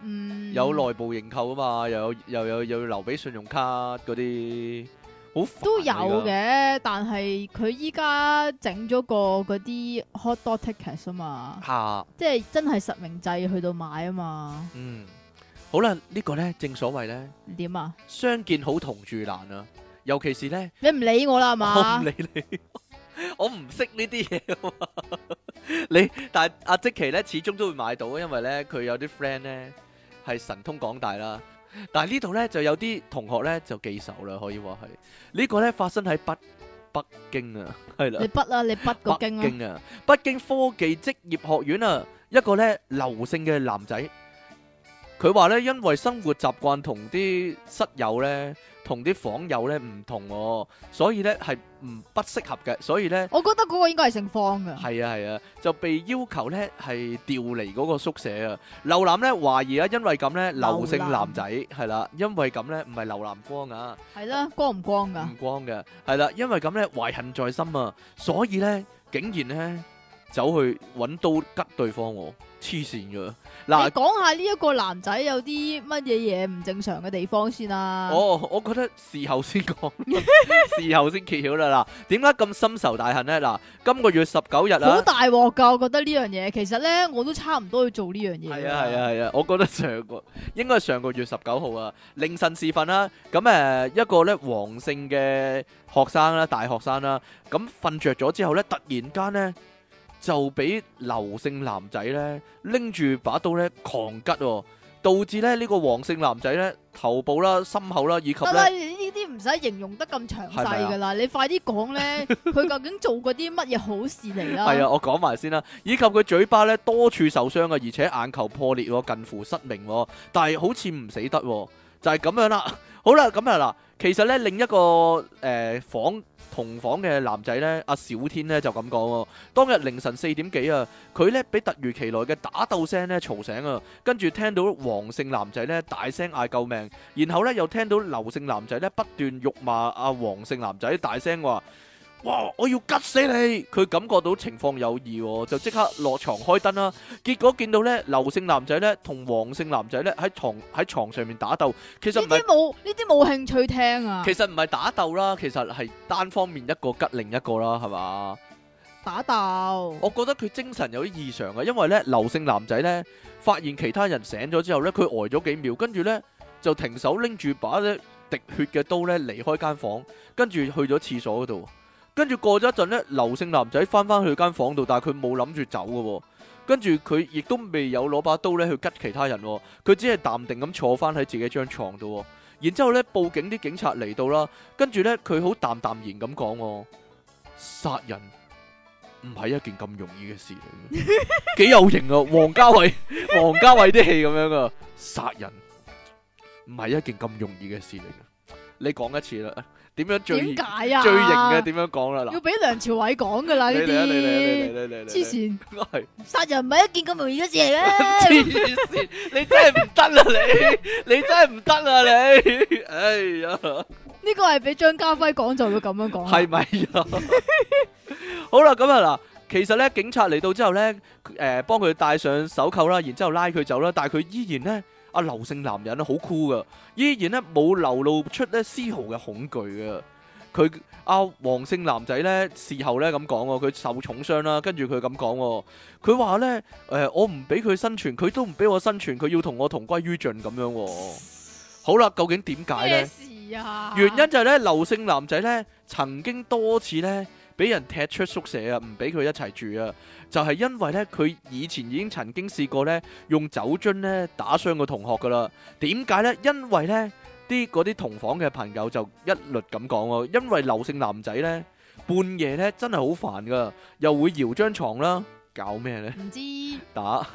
A: 嗯，
B: 有內部認購啊嘛，又有又有又要留俾信用卡嗰啲，好煩啊
A: 都有
B: 㗎。
A: 嘅，但係佢依家整咗個嗰啲 hot dog tickets 啊嘛，
B: 嚇，
A: 即係真係實名制去到買啊嘛。
B: 嗯，好啦，呢個呢，正所謂呢，
A: 點啊？
B: 相見好同住難啊，尤其是呢。
A: 你唔理我啦係
B: 我
A: 啊嘛
B: 唔？理你，我唔識呢啲嘢啊嘛。 <laughs> 你但係阿即奇咧，始終都會買到，因為咧佢有啲 friend 咧係神通廣大啦。但係呢度咧就有啲同學咧就記仇啦，可以話係呢個咧發生喺北北京啊，係
A: 你
B: 啦，
A: 筆啦，你筆個
B: 北
A: 經啦，
B: 京啊，北京科技職業學院啊，一個咧劉姓嘅男仔，佢話咧因為生活習慣同啲室友咧。同啲房友咧唔同喎，所以咧係唔不適合嘅，所以咧
A: 我覺得嗰個應該係姓方噶。
B: 係啊係啊，就被要求咧係調離嗰個宿舍啊。劉南咧懷疑啊，因為咁咧，劉姓男仔係啦，因為咁咧唔係劉南光啊，
A: 係啦，光唔光
B: 嗯
A: 噶？
B: 唔光嘅係啦，因為咁咧懷恨在心啊，所以咧竟然咧走去揾刀吉對方喎，黐線噶。嗱
A: 你，講下呢一個男仔有啲乜嘢嘢唔正常嘅地方先啦。
B: 哦，我覺得事後先講，事後先揭曉啦。嗱，點解咁深仇大恨呢？嗱，今個月十九日
A: 好
B: 啊，
A: 大鑊噶，我覺得呢樣嘢，其實咧我都差唔多要做呢樣嘢。
B: 係啊係啊係啊，我覺得上個應該係上個月十九號啊，凌晨時分啦。咁呃誒一個咧黃姓嘅學生啦，大學生啦，咁瞓着咗之後咧，突然間咧就俾劉姓男仔咧拎住把刀咧狂吉喎，導致咧呢個黃姓男仔咧頭部啦、心口啦以及
A: 得
B: 咧
A: 啦，。呢啲唔使形容得咁詳細
B: 係
A: 噶啦，你快啲講咧，佢究竟做過啲乜嘢好事嚟啦？
B: 係啊，我講埋先啦。以及佢嘴巴咧多處受傷啊，而且眼球破裂喎，近乎失明喎。但係好似唔死得喎，就係、咁樣啦。 <laughs> 好啦，咁啊嗱，其實咧另一個誒、呃房同房嘅男仔咧，阿小天咧就咁講喎。當日凌晨四點幾啊，佢咧俾突如其來嘅打鬥聲咧嘈醒啊，跟住聽到黃姓男仔咧大聲嗌救命，然後咧又聽到劉姓男仔咧不斷辱罵阿黃姓男仔，大聲話。哇！我要吉死你！佢感覺到情況有異喎，就即刻落床開燈啦。結果見到咧，劉姓男仔咧同黃姓男仔咧喺床喺床上面打鬥，其實
A: 呢
B: 唔係
A: 啲冇呢啲冇興趣聽啊，
B: 其實唔係打鬥啦，其實係單方面一個吉另一個啦，係嘛？
A: 打鬥。
B: 我覺得佢精神有啲異常啊嘅，因為咧劉姓男仔咧發現其他人醒咗之後咧，佢呆咗幾秒，跟住咧就停手拎住把咧滴血嘅刀咧離開間房，跟住去咗廁所嗰度。跟住過咗一陣咧，劉姓男仔翻返去間房度，但係佢冇諗住走嘅喎。跟住佢亦都未有攞把刀咧去吉其他人喎，佢只係淡定咁坐翻喺自己張床度喎。然之後咧，報警啲警察嚟到啦，跟住咧佢好淡淡然咁講喎，殺人唔係一件咁容易嘅事嚟嘅，
A: <laughs>
B: 幾有型啊！王家衛， <laughs> 王家衛啲戲咁樣啊，殺人唔係一件咁容易嘅事嚟嘅。你講一次啦，點樣最
A: 點解啊？
B: 最型嘅點樣講啦？嗱
A: 要，俾梁朝偉講噶啦
B: 你
A: 呢
B: 嚟啊你嚟啊你
A: 啲，
B: 嚟啊你嚟啊你嚟啊，
A: 黐線
B: 係
A: 殺人唔係一件咁容易嘅事嚟嘅。
B: 黐線，你真係唔得啦你，你真係唔得啦你，哎呀！
A: 呢個係俾張家輝講就會咁樣講。
B: 係咪啊？好啦，咁啊嗱，其實咧警察嚟到之後咧，誒幫佢戴上手銬啦，然之後拉佢走啦，但係佢依然咧，阿劉姓男人咧好酷噶，依然咧冇流露出咧絲毫嘅恐懼噶。佢阿黃姓男仔咧事後咧咁講喎，佢受重傷啦，跟住佢咁講喎，佢話咧誒我唔俾佢生存，佢都唔俾我生存，佢要同我同歸於盡咁樣喎。好啦，究竟點解咧
A: 咩？事啊？
B: 原因就係咧，劉姓男仔咧曾經多次咧俾人踢出宿舍啊，唔俾佢一齊住啊，就係、因為咧佢以前已經曾經試過咧用酒樽咧打傷個同學噶啦。點解咧？因為咧啲嗰啲同房嘅朋友就一律咁講喎，因為劉姓男仔咧半夜咧真係好煩噶，又會搖張床啦，搞咩咧？
A: 唔知你
B: 打。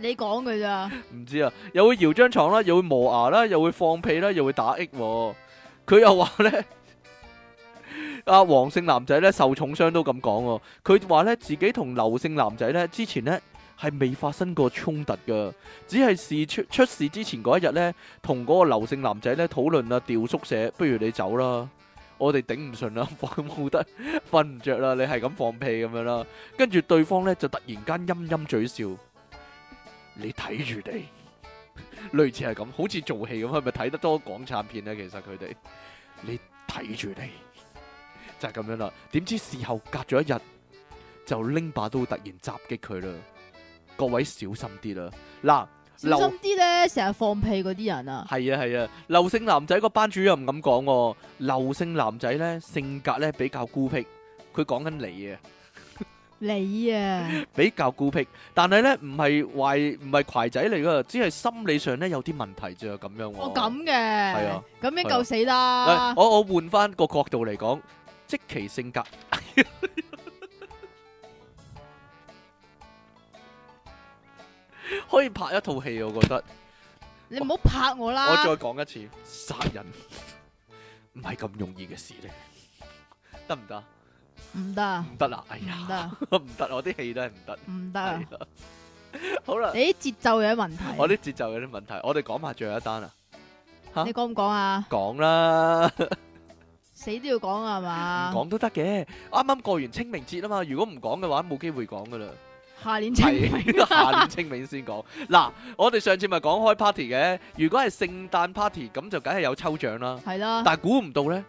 A: 講嘅咋？
B: 唔知啊，又會搖張床啦，又會磨牙啦，又會放屁啦，又會打 X 喎。佢又話咧，阿黃姓男仔咧受重傷都咁講喎。佢話咧自己同劉姓男仔咧之前咧係未發生過衝突噶，只係事 <laughs> 出出事之前嗰一日咧，同嗰個劉姓男仔咧討論啊調宿舍，不如你走啦。我哋頂唔順啦， <laughs> 瞓冇得瞓唔着啦，你係咁放屁咁樣啦，跟住對方咧就突然間陰陰嘴笑，你睇住你， <laughs> 類似係咁，好似做戲咁，係咪睇得多港產片咧？其實佢哋，你睇住你，就係、咁樣啦。點知事後隔咗一日，就拎把刀突然襲擊佢啦。各位小心啲啦，嗱。
A: 小心啲咧，成日放屁嗰啲人啊！
B: 係啊係啊，劉姓男仔個班主任咁講喎，劉姓男仔咧性格咧比較孤僻，佢講緊你啊，
A: 你啊，
B: 比較孤僻，但係咧唔係壞唔係攜仔嚟噶，只係心理上咧有啲問題啫咁樣喎。
A: 我咁嘅，
B: 啊
A: 咁已經
B: 係啊
A: 夠死
B: 誒
A: 啦。
B: 我我換翻個角度嚟講，即其性格 <laughs> 可以拍一套戲，我覺得。
A: 你唔好拍我
B: 我
A: 啦
B: 再！講一次，殺人唔係咁容易嘅事咧，得唔得？
A: 唔得啊，
B: 唔得啦，哎
A: 唔
B: 呀，
A: 得，
B: <laughs> 唔得，我啲戲都係唔得。
A: 唔得啊！
B: 係啦好啦，
A: 你啲節奏有啲問題。
B: 我啲節奏有啲問題，我哋講埋最後一單啦，
A: 你講唔講啊？
B: 講啦，
A: 死都要講啊係嘛？
B: 唔講都得嘅。啱啱過完清明節啊嘛，如果唔講嘅話，冇機會講噶啦。
A: 下年 <laughs> 清明啊
B: 係下年清明先講。嗱，我哋上次咪講開 party 嘅，如果係聖誕 party 咁就梗係有抽獎啦。
A: 係啦，
B: 但係估唔到咧，
A: 啊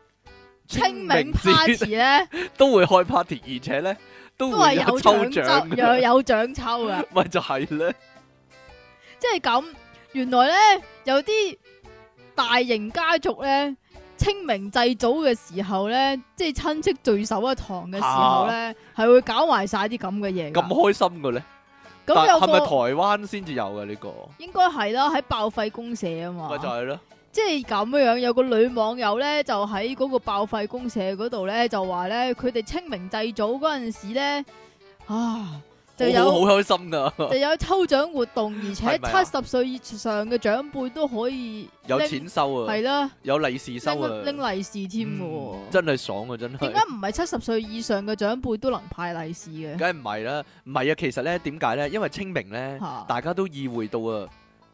A: 清明
B: 節 <laughs>
A: party 咧
B: 都會開 party，而且咧都
A: 都
B: 會
A: 係
B: 有
A: 有
B: 抽
A: 獎
B: 獎
A: 抽，
B: 嘅，
A: 又有獎抽噶。
B: <laughs> 咪就係咧。
A: 即係咁，原來咧有啲大型家族咧，清明祭祖嘅時候咧，即係親戚聚首一堂嘅時候咧，係會搞埋晒啲咁嘅嘢㗎。
B: 咁開心嘅咧，但
A: 咁有
B: 係咪台
A: 個
B: 灣先至有嘅呢個？
A: 應該係啦，喺爆廢公社啊嘛
B: 咪，就係咯，
A: 即係咁樣有個女網友咧，就喺嗰個爆廢公社嗰度咧，就話咧佢哋清明祭祖嗰陣時咧，啊就有
B: 好好好開心噶，
A: <laughs> 就有抽獎活動，而且
B: 係咪啊
A: 七十歲以上嘅長輩都可以
B: 有
A: 拎
B: 錢收啊
A: 係，啦。
B: 有利是收啊，
A: 拎拎利是添嘅喎
B: 嗯，真係爽啊，真
A: 點
B: 係
A: 解。唔係七十歲以上嘅長輩都能派利是嘅？
B: 梗係唔係啦，唔係啊，其實咧點解咧？因為清明咧，
A: 嚇
B: 大家都意會到啊，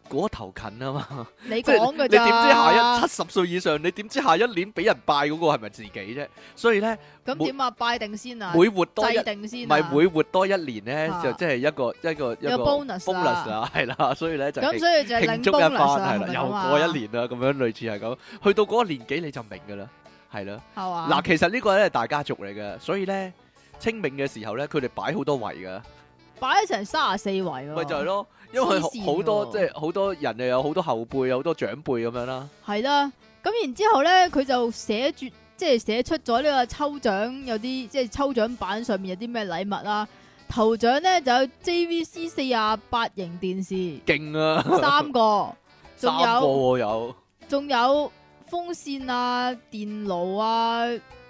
B: 嗰頭近啊 <laughs> 嘛，
A: 你
B: 即係
A: 講
B: 你
A: 嘅
B: 點知下一
A: 咋？
B: 七十歲以上，你點知下一年俾人拜嗰個係咪自己啫？所以咧，
A: 咁點啊？拜定先啊？
B: 每活多一
A: 制定
B: 唔
A: 先啊
B: 係每活多一年咧，
A: 啊
B: 就即係一個一個一
A: 有
B: 個
A: bonus 啦
B: bonus 啊，係啦，所以咧就
A: 咁，
B: 慶
A: 所以就係
B: 慶
A: 領
B: 祝一番
A: bonus 啦，
B: 係啦，
A: 係咪
B: 又
A: 咁啊
B: 過一年啦，咁樣類似係咁。去到嗰個年紀你就明㗎啦，係啦。
A: 係嘛？
B: 嗱，其實呢個咧係大家族嚟嘅，所以咧清明嘅時候咧，佢哋擺好多圍㗎。
A: 擺咗成三十四圍喎，
B: 咪就係咯，因為好
A: 啊黐線
B: 好多
A: 喎
B: 即係好多人又有好多後輩，有好多長輩咁樣啦。
A: 係啦。咁然之後咧，佢就寫住即係寫出咗呢個抽獎有啲即係抽獎版上面有啲咩禮物啦。頭獎咧就有 JVC 四廿八型電
B: <laughs>
A: 視
B: 勁啊！
A: 三個，
B: 三
A: 仲
B: 個
A: 有。
B: 喎有，
A: 仲有風扇啊、電爐啊、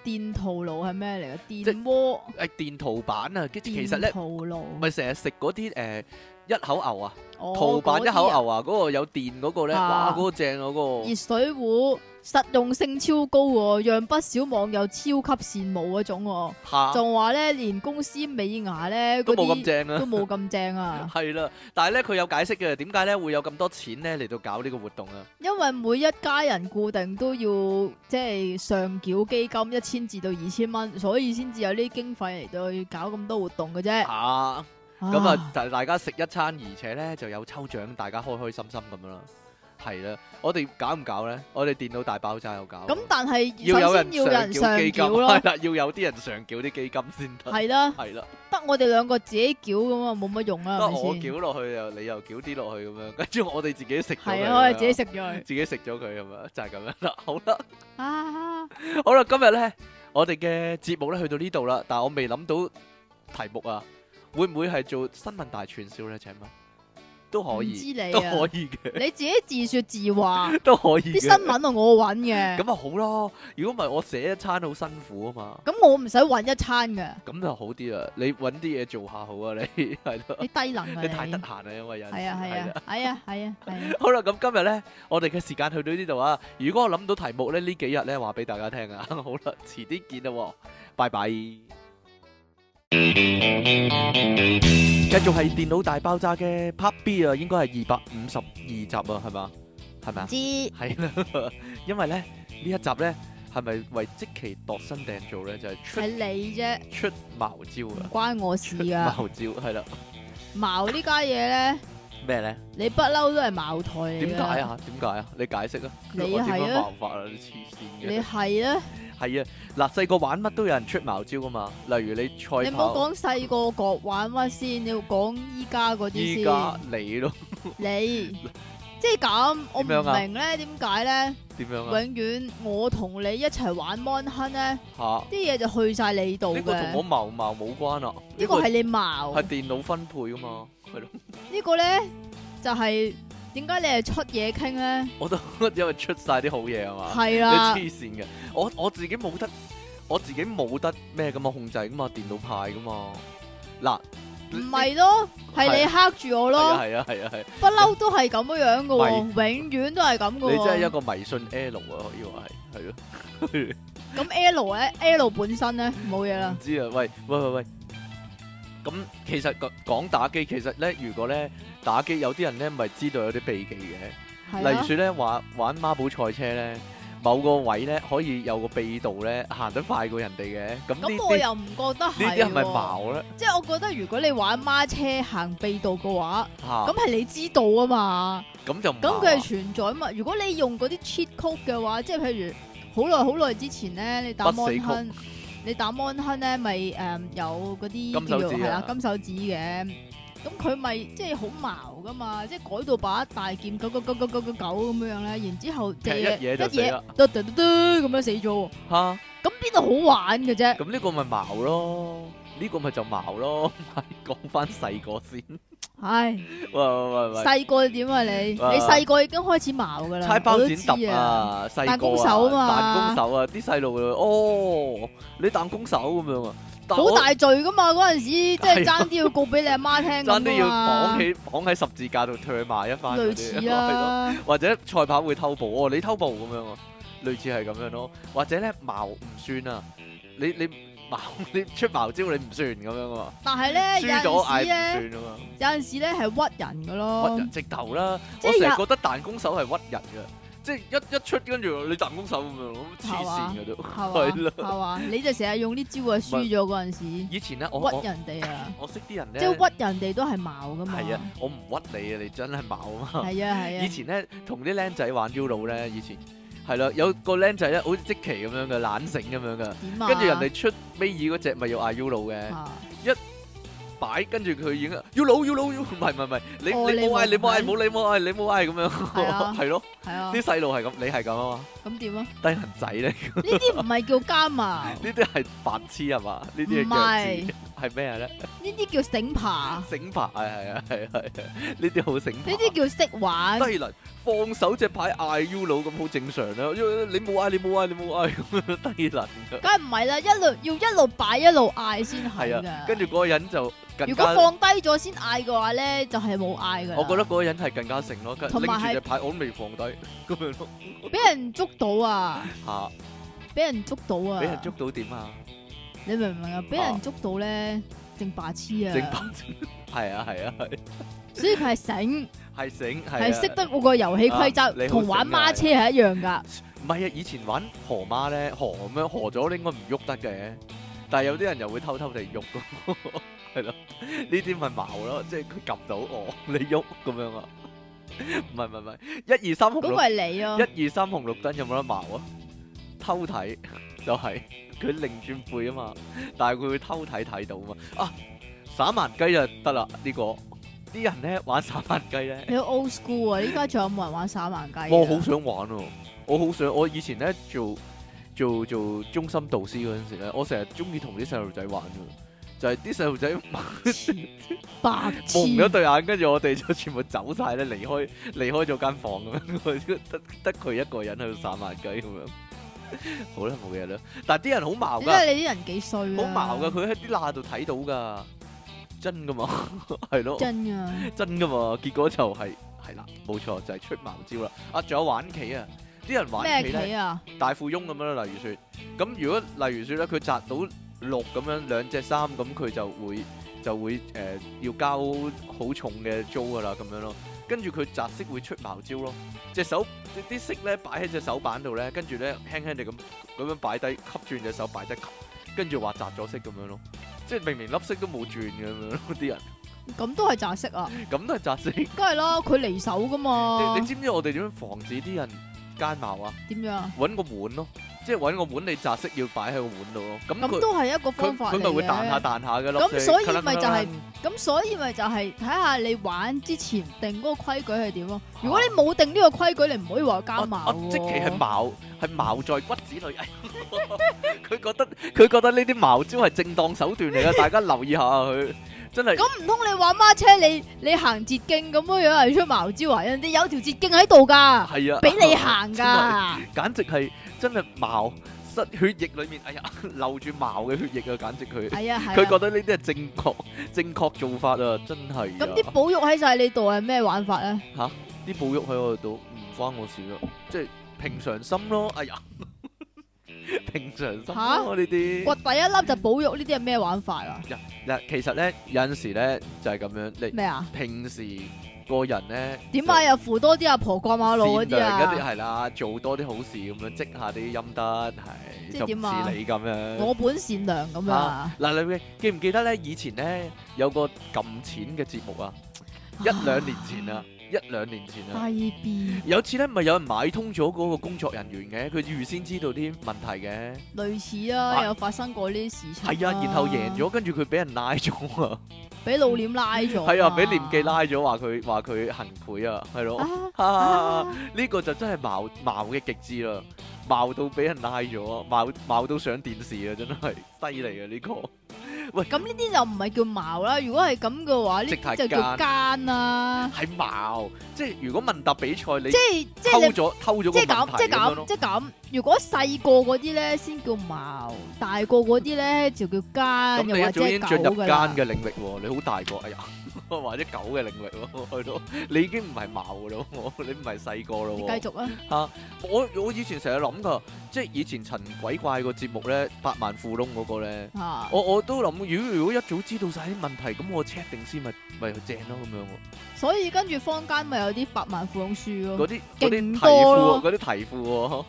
A: 電陶爐係咩嚟嘅？電鍋、
B: 誒電陶板啊，跟住其實
A: 電
B: 咧，
A: 陶爐
B: 咪成日食嗰啲誒一口牛啊，
A: 哦
B: 陶板一
A: 嗰啲啊
B: 口牛啊，嗰個有電嗰個咧，哇
A: 啊
B: 嗰個正啊嗰個
A: 熱水壺實用性超高喎，讓不少網友超級羨慕嗰種喎。
B: 嚇
A: 仲話咧，連公司美牙咧
B: 啊都
A: 嗰
B: 冇咁
A: 啲
B: 正 <laughs>
A: 都
B: 啊，
A: 冇咁正
B: <laughs>
A: 啊，
B: 係啦。但係咧佢有解釋嘅，點解咧會有咁多錢咧嚟到搞呢個活動啊？
A: 因為每一家人固定都要即係上繳基金一千至到二千蚊，所以先至有呢啲經費嚟到去搞咁多活動嘅啫。
B: 嚇啊咁啊
A: 啊，，
B: 大大家食一餐，而且咧就有抽獎，大家開開心心咁樣啦。係啦，我哋搞唔搞咧？我哋電腦大爆炸又搞。
A: 咁但係
B: 要有
A: 首
B: 人
A: 先要有人上
B: 繳基金，
A: 繳咯
B: <laughs> 係，啦，要有啲人上繳啲基金先得。
A: 係啦，
B: 係啦，
A: 得我哋兩個自己繳咁啊，冇乜用啦，
B: 得
A: 係咪
B: 我
A: 先？
B: 繳落去又你又繳啲落去咁樣，跟住我哋自己食咗佢。
A: 係啊，我哋
B: 咁樣
A: 自己食咗佢
B: 自己食咗佢咁樣，就係咁樣啦。 <laughs> 好啦，
A: 啊！
B: 好啦，今日咧我哋嘅節目咧去到呢度啦，但係我未諗到題目啊，會唔會係做新聞大串燒咧？請問都可
A: 唔
B: 以，
A: 知你
B: 都
A: 啊
B: 可以嘅，
A: 你自己自說自
B: <laughs>
A: 話，
B: 都可以
A: 啲
B: 嘅。
A: 新聞啊我揾嘅，
B: 咁啊好咯，如果唔係我寫一餐好辛苦啊嘛，
A: 咁我唔使揾一餐
B: <laughs>
A: 嘅，
B: 咁就好啲啦。你揾啲嘢做下好啊，
A: <laughs>
B: 你係咯。
A: 你低能啊
B: 你太
A: 你
B: 得，閒啦，因為有陣時
A: 係啊係
B: 係
A: 啊
B: 啦。
A: 係啊係啊係啊，
B: 好啦，咁今日咧，我哋嘅時間去到呢度啊。如果我諗到題目咧，呢幾日咧話俾大家聽啊。 <laughs> 好啦，遲啲見啦喎，拜拜。繼續係電腦大爆炸嘅 Part B 啊，應該係二百五十二集啊，係嘛？係咪啊
A: 唔？知
B: 係啦， <laughs> 因為咧呢一集咧係咪為即期度身訂做咧？就
A: 係
B: 係
A: 你
B: <laughs>
A: 啫，
B: 出出茅招
A: 唔
B: 啊！
A: 關我
B: 出
A: 事噶。
B: 茅招係啦，
A: 矛呢家嘢咧，
B: 咩咧？
A: 你不嬲都係茅台嚟㗎
B: 點解？啊？點解啊？你解釋啊！
A: 你
B: 我點
A: 係
B: 樣
A: 啊
B: 辦法啊？你黐線
A: 你
B: 嘅。
A: 係啊，
B: 係啊，嗱，細個玩乜都有人出茅招噶嘛，例如你
A: 你唔
B: 賽
A: 好
B: 跑，
A: 講細個國玩乜先，你要講依家嗰啲
B: 依
A: 先。
B: 家你咯， <laughs>
A: 你即系咁，我唔
B: 點樣啊
A: 明咧，點解咧？
B: 點樣
A: 永
B: 啊？
A: 遠我同你一齊玩 Mon Hun 咧，
B: 嚇，
A: 啲嘢就去晒你度
B: 呢個同我
A: 嘅。
B: 茅茅冇關啊，
A: 呢個係你矛，
B: 係電腦分配噶嘛，係咯，
A: 呢個咧就係點解你係出嘢傾咧？
B: 我都 <laughs> 因為出晒啲好嘢啊嘛。
A: 係
B: 你
A: 啦，
B: 黐線嘅，我我自己冇得，我自己冇得咩噶嘛，控制噶嘛，電腦派噶嘛。嗱，
A: 唔係咯，係你黑住我
B: 係啊
A: 咯，
B: 係啊係啊係，
A: 不嬲都係咁樣样噶喎，永遠都係咁噶
B: 你真係一
A: 喎。
B: 個迷信 L 啊，可以話係係咯。
A: 咁 L 咧，L 本身咧冇嘢啦
B: 唔，知啊，喂喂喂喂，咁其實講講打機，其實咧，如果咧打機有啲人咧，咪知道有啲秘技嘅，
A: 係啊
B: 例如
A: 啦，
B: 説咧玩玩孖寶賽車咧，某個位咧可以有個秘道咧行得快過人哋嘅，咁呢
A: 咁我
B: 啲呢
A: 又唔覺得
B: 啲係咪
A: 喎，
B: 矛咧？
A: 即係我覺得如果你玩孖車行秘道嘅話，
B: 嚇
A: 咁係你知道啊嘛，
B: 咁就唔
A: 咁
B: 矛
A: 佢
B: 啊
A: 係存在啊嘛。如果你用嗰啲 cheat code 嘅話，即係譬如好耐好耐之前咧，你打
B: 不死曲
A: mon 亨，你打 mon 亨咧咪誒有嗰啲
B: 金
A: 叫
B: 手
A: 做
B: 指
A: 係
B: 啊
A: 啦金手指嘅。咁佢咪即係好矛噶嘛，即係改到把大劍九九九九九九九咁樣咧，然之後
B: 劈一嘢就死啦
A: 嘟嘟嘟嘟咁樣死咗喎，
B: 嚇，
A: 咁邊度好玩嘅啫？
B: 咁呢個咪矛咯，呢個咪就矛咯。 <laughs> 講翻細個先，
A: 唉。
B: 喂喂喂喂。
A: 細個點啊你？你
B: 啊
A: 細個已經開始矛噶啦，
B: 猜包
A: 我都
B: 剪
A: 知
B: 揼
A: 啊！
B: 啊，細
A: 彈弓
B: 個
A: 手
B: 啊，彈
A: 嘛
B: 弓手啊，啲細路哦，你彈弓手咁樣啊，但
A: 好
B: 我
A: 大罪噶嘛，嗰陣時即係
B: 係啊
A: 爭啲要告俾你阿媽聽
B: 爭啲要
A: 咁啊嘛
B: 綁起綁喺十字架度鋸埋一番嗰
A: 類
B: 啲，啊
A: 似
B: <laughs> 係咯
A: 啊，
B: 或者賽跑會偷步哦，你偷步咁樣啊，類似係咁樣咯，或者咧矛唔算啊，你你矛 <laughs> 你出矛招你唔算咁樣啊，
A: 但係咧有
B: 輸咗
A: 陣
B: 嗌
A: 時咧，
B: 唔算啊嘛。
A: 有陣時咧係屈人噶
B: 屈
A: 咯，
B: 人直頭啦！
A: 即
B: 我
A: 係
B: 成日
A: 有
B: 覺得彈弓手係屈人嘅，即係一一出跟住你彈弓手咁樣，咁黐線嘅都。 <laughs> 係
A: 係
B: 啦
A: 嘛係嘛，你就成日用呢招啊，輸咗嗰陣時
B: 以前咧，我
A: 屈
B: 我
A: 人哋啊，
B: 我識啲人
A: 即
B: 咧，
A: 係屈人哋都係矛噶嘛，
B: 係啊，我唔屈你啊，你真係矛啊嘛！
A: 係啊係
B: 以
A: 啊，
B: 前咧同啲僆仔玩 U 腦咧，以前係啦，有個僆仔咧好似即奇咁樣嘅懶醒咁樣嘅，
A: 點啊？
B: 跟住人哋出尾二嗰只咪要嗌 U 腦嘅。
A: 啊
B: 擺，跟住佢已經要老要老要，唔係唔係唔係，你
A: 哦
B: 你
A: 你
B: 冇
A: 冇
B: 嗌，你冇嗌，
A: 嗌
B: 冇你冇嗌，你冇嗌
A: 係
B: 咁樣，
A: 啊
B: <laughs> 係咯，
A: 係啊
B: 啲，細路係咁，你係咁啊嘛，
A: 咁點啊？
B: 低能仔咧，
A: 呢啲唔係叫加矛，
B: <laughs> 呢啲係白痴係嘛？呢啲
A: 唔
B: 係
A: 係
B: 腳。趾係咩咧？
A: 呢啲叫醒爬，呢
B: 醒牌係啊係啊 <laughs> 係啊，呢啲好醒牌。
A: 啲叫識玩，
B: 低能放手隻牌嗌 U 佬咁好正常啦，因為你冇嗌你冇嗌你 <laughs> 冇嗌咁樣低能㗎
A: 梗係唔係啦，一路要一路擺一路嗌先係
B: 係啊
A: 噶。，
B: 跟住嗰個人就更
A: 如果
B: 加，
A: 放低咗先嗌嘅話咧，就係冇嗌噶。
B: 我覺得嗰個人係更加醒咯，跟拎
A: 同埋
B: 住
A: 係
B: 隻牌我都未放低咁樣咯
A: 俾人捉到啊，
B: <laughs>
A: <laughs>
B: 嚇，
A: 俾人捉到啊，
B: 俾人捉，到點啊？
A: 你明唔明啊？俾人捉到咧，正白痴
B: 正
A: 啊，
B: 版
A: <laughs>
B: 係啊係啊係
A: 所以佢係醒，
B: 係醒係
A: 係識
B: 啊
A: 得嗰個遊戲規
B: 啊你
A: 則，
B: 好
A: 同玩
B: 醒啊
A: 孖車係一樣噶。
B: 唔係啊！以前玩河馬咧，河咁樣河咗應該唔喐得嘅，但係有啲人又會偷偷地喐嘅， <laughs> 係咯？呢啲咪矛咯，即係佢撳到我，你喐咁樣啊？唔係唔係唔係，一二三紅
A: 嗰個
B: 綠，
A: 係你啊，
B: 一二三紅綠燈有冇得矛啊？偷睇 <laughs> 就係佢擰轉背啊嘛，但係佢會偷睇睇到嘛。啊，散盲雞就得啦，呢個啲人咧玩散盲雞咧。
A: 你好 old school 啊！依家仲有冇人玩散盲雞啊？
B: 我好想玩喎、我好想，我以前咧做做做中心導師嗰陣時咧，我成日中意同啲細路仔玩嘅，就係啲細路仔
A: 黐白痴，
B: 蒙咗對眼，跟住我哋就全部走晒咧，離開離開咗間房咁樣， <laughs> 得得佢一個人喺度散埋雞咁樣。好啦，冇嘢啦。但係啲人好矛
A: 你真
B: 噶，
A: 係你啲人幾衰啊！
B: 好矛噶，佢喺啲罅度睇到噶，真噶嘛， <laughs> 係咯。
A: 真啊！
B: 真噶嘛，結果就係係啦，冇錯就係、出茅招啦。啊，仲有玩棋啊，啲人玩
A: 咩
B: 棋
A: 棋
B: 咧，
A: 啊？
B: 大富翁咁樣啦，例如説，咁如果例如説咧，佢擲到六咁樣兩隻三，咁佢就會就會誒、呃要交好重嘅租噶啦，咁樣咯。跟住佢擲色會出茅招咯，隻手啲啲色咧擺喺隻手板度咧，跟住咧輕輕地咁咁樣擺低，吸轉隻手擺低，吸跟住話擲咗色咁樣咯。即係明明粒色都冇轉嘅咁樣咯，啲人
A: 咁都係擲色啊？
B: 咁都係擲色。
A: 梗係啦，佢離手噶嘛
B: 你你？知唔知我哋點樣防止啲人奸謀啊？
A: 點樣啊？
B: 揾個碗咯，即係揾個碗你擲色要擺喺個碗度咯。咁
A: 咁
B: 佢
A: 都係一個
B: 佢
A: 方法
B: 佢
A: 嚟
B: 咪會彈下
A: 嘅。
B: 彈下嘅咯。
A: 咁
B: 即係
A: 所以
B: 咔啦
A: 咪
B: 咔
A: 就
B: 啦
A: 係咁所以咪就係睇下你玩之前定嗰個規矩係點咯。如果你冇定呢個規矩，你唔可以話加
B: 啊我
A: 矛
B: 我即其係
A: 喎。
B: 矛，係矛在骨子裏。 <laughs> 哎佢覺得佢覺得呢啲矛招係正當手段嚟嘅，大家留意下啊佢真係
A: 咁唔通你玩孖車，你你行捷徑咁樣樣係出茅招啊？人哋有條捷徑喺度
B: <laughs>
A: 㗎，
B: 係啊，
A: 俾你行
B: 真係
A: 㗎。
B: 簡直係真係矛失血液裡面，哎呀，流住矛嘅血液啊，簡直佢
A: 係啊係
B: 佢覺
A: 啊。
B: 得呢啲係正確正確做法啊，真係
A: 咁
B: 啊
A: 啲保育喺晒你度係咩玩法咧？
B: 啲保育喺我度唔關我事咯，即係平常心咯。哎呀，平常心
A: 吓
B: 咯
A: 掘
B: 呢啲。
A: 第一粒就保育呢啲係咩玩法啊？
B: 嗱，其實咧有陣時咧就係咁樣，你
A: 咩啊？
B: 平時個人咧
A: 點啊？又扶多啲阿婆過馬
B: 善良
A: 路嗰啲
B: 一啲
A: 啊！
B: 係啦，做多啲好事咁樣，積下啲陰德係，
A: 即係
B: 就唔
A: 點啊
B: 似你咁樣。
A: 我本善良咁樣啊！
B: 嗱，你記唔記得咧？以前咧有個撳錢嘅節目啊，一兩年前啊，一兩年前啊，
A: 低 B
B: 有次咧咪有人買通咗嗰個工作人員嘅，佢預先知道啲問題嘅，
A: 類似啊，
B: 啊
A: 有發生過呢啲事情。
B: 係啊，然後贏，咗，跟住佢俾人拉咗啊，
A: 俾老臉拉咗。
B: 係 <laughs> 啊，俾廉記。拉咗，話佢話佢行賄啊，係咯，
A: 啊
B: 啊
A: 啊！
B: 呢個就真係矛矛嘅極致啦，矛到俾人拉咗，矛矛到上電視啊，真係犀利啊呢個。
A: 咁呢啲就唔係叫矛啦，如果係咁嘅話，呢
B: 直頭
A: 啲
B: 係
A: 就叫奸啦。
B: 係矛，即係如果問答比賽你
A: 即係即
B: 偷
A: 係你
B: 咗偷咗個
A: 即係
B: 問
A: 咁，
B: 題
A: 即係
B: 咁樣
A: 咁，
B: 咯，
A: 即係咁。如果細個嗰啲咧先叫矛，大個嗰啲咧就叫
B: 咁
A: 奸，
B: 你
A: 又
B: 一
A: 或者
B: 早已經
A: 係
B: 進
A: 狗
B: 入
A: 㗎
B: 奸
A: 啦。
B: 嘅領域喎，你好大個，哎呀， <laughs> 或者狗嘅領域咯，係咯， <laughs> 你已經唔係矛噶咯， <laughs> 你唔係細個
A: 你
B: 咯喎。
A: 繼續啊，
B: 我我以前成日諗噶，即係以前陳鬼怪個節目咧，百萬富翁嗰個咧，
A: 嚇
B: 我我都諗，如果如果一早知道晒啲問題，咁我 check 定先咪咪正咯咁樣喎。
A: 所以跟住坊間咪有啲百萬富翁書咯，
B: 嗰啲嗰啲題
A: 哦勁
B: 庫
A: 多咯
B: 喎，嗰啲題庫喎， <laughs> 好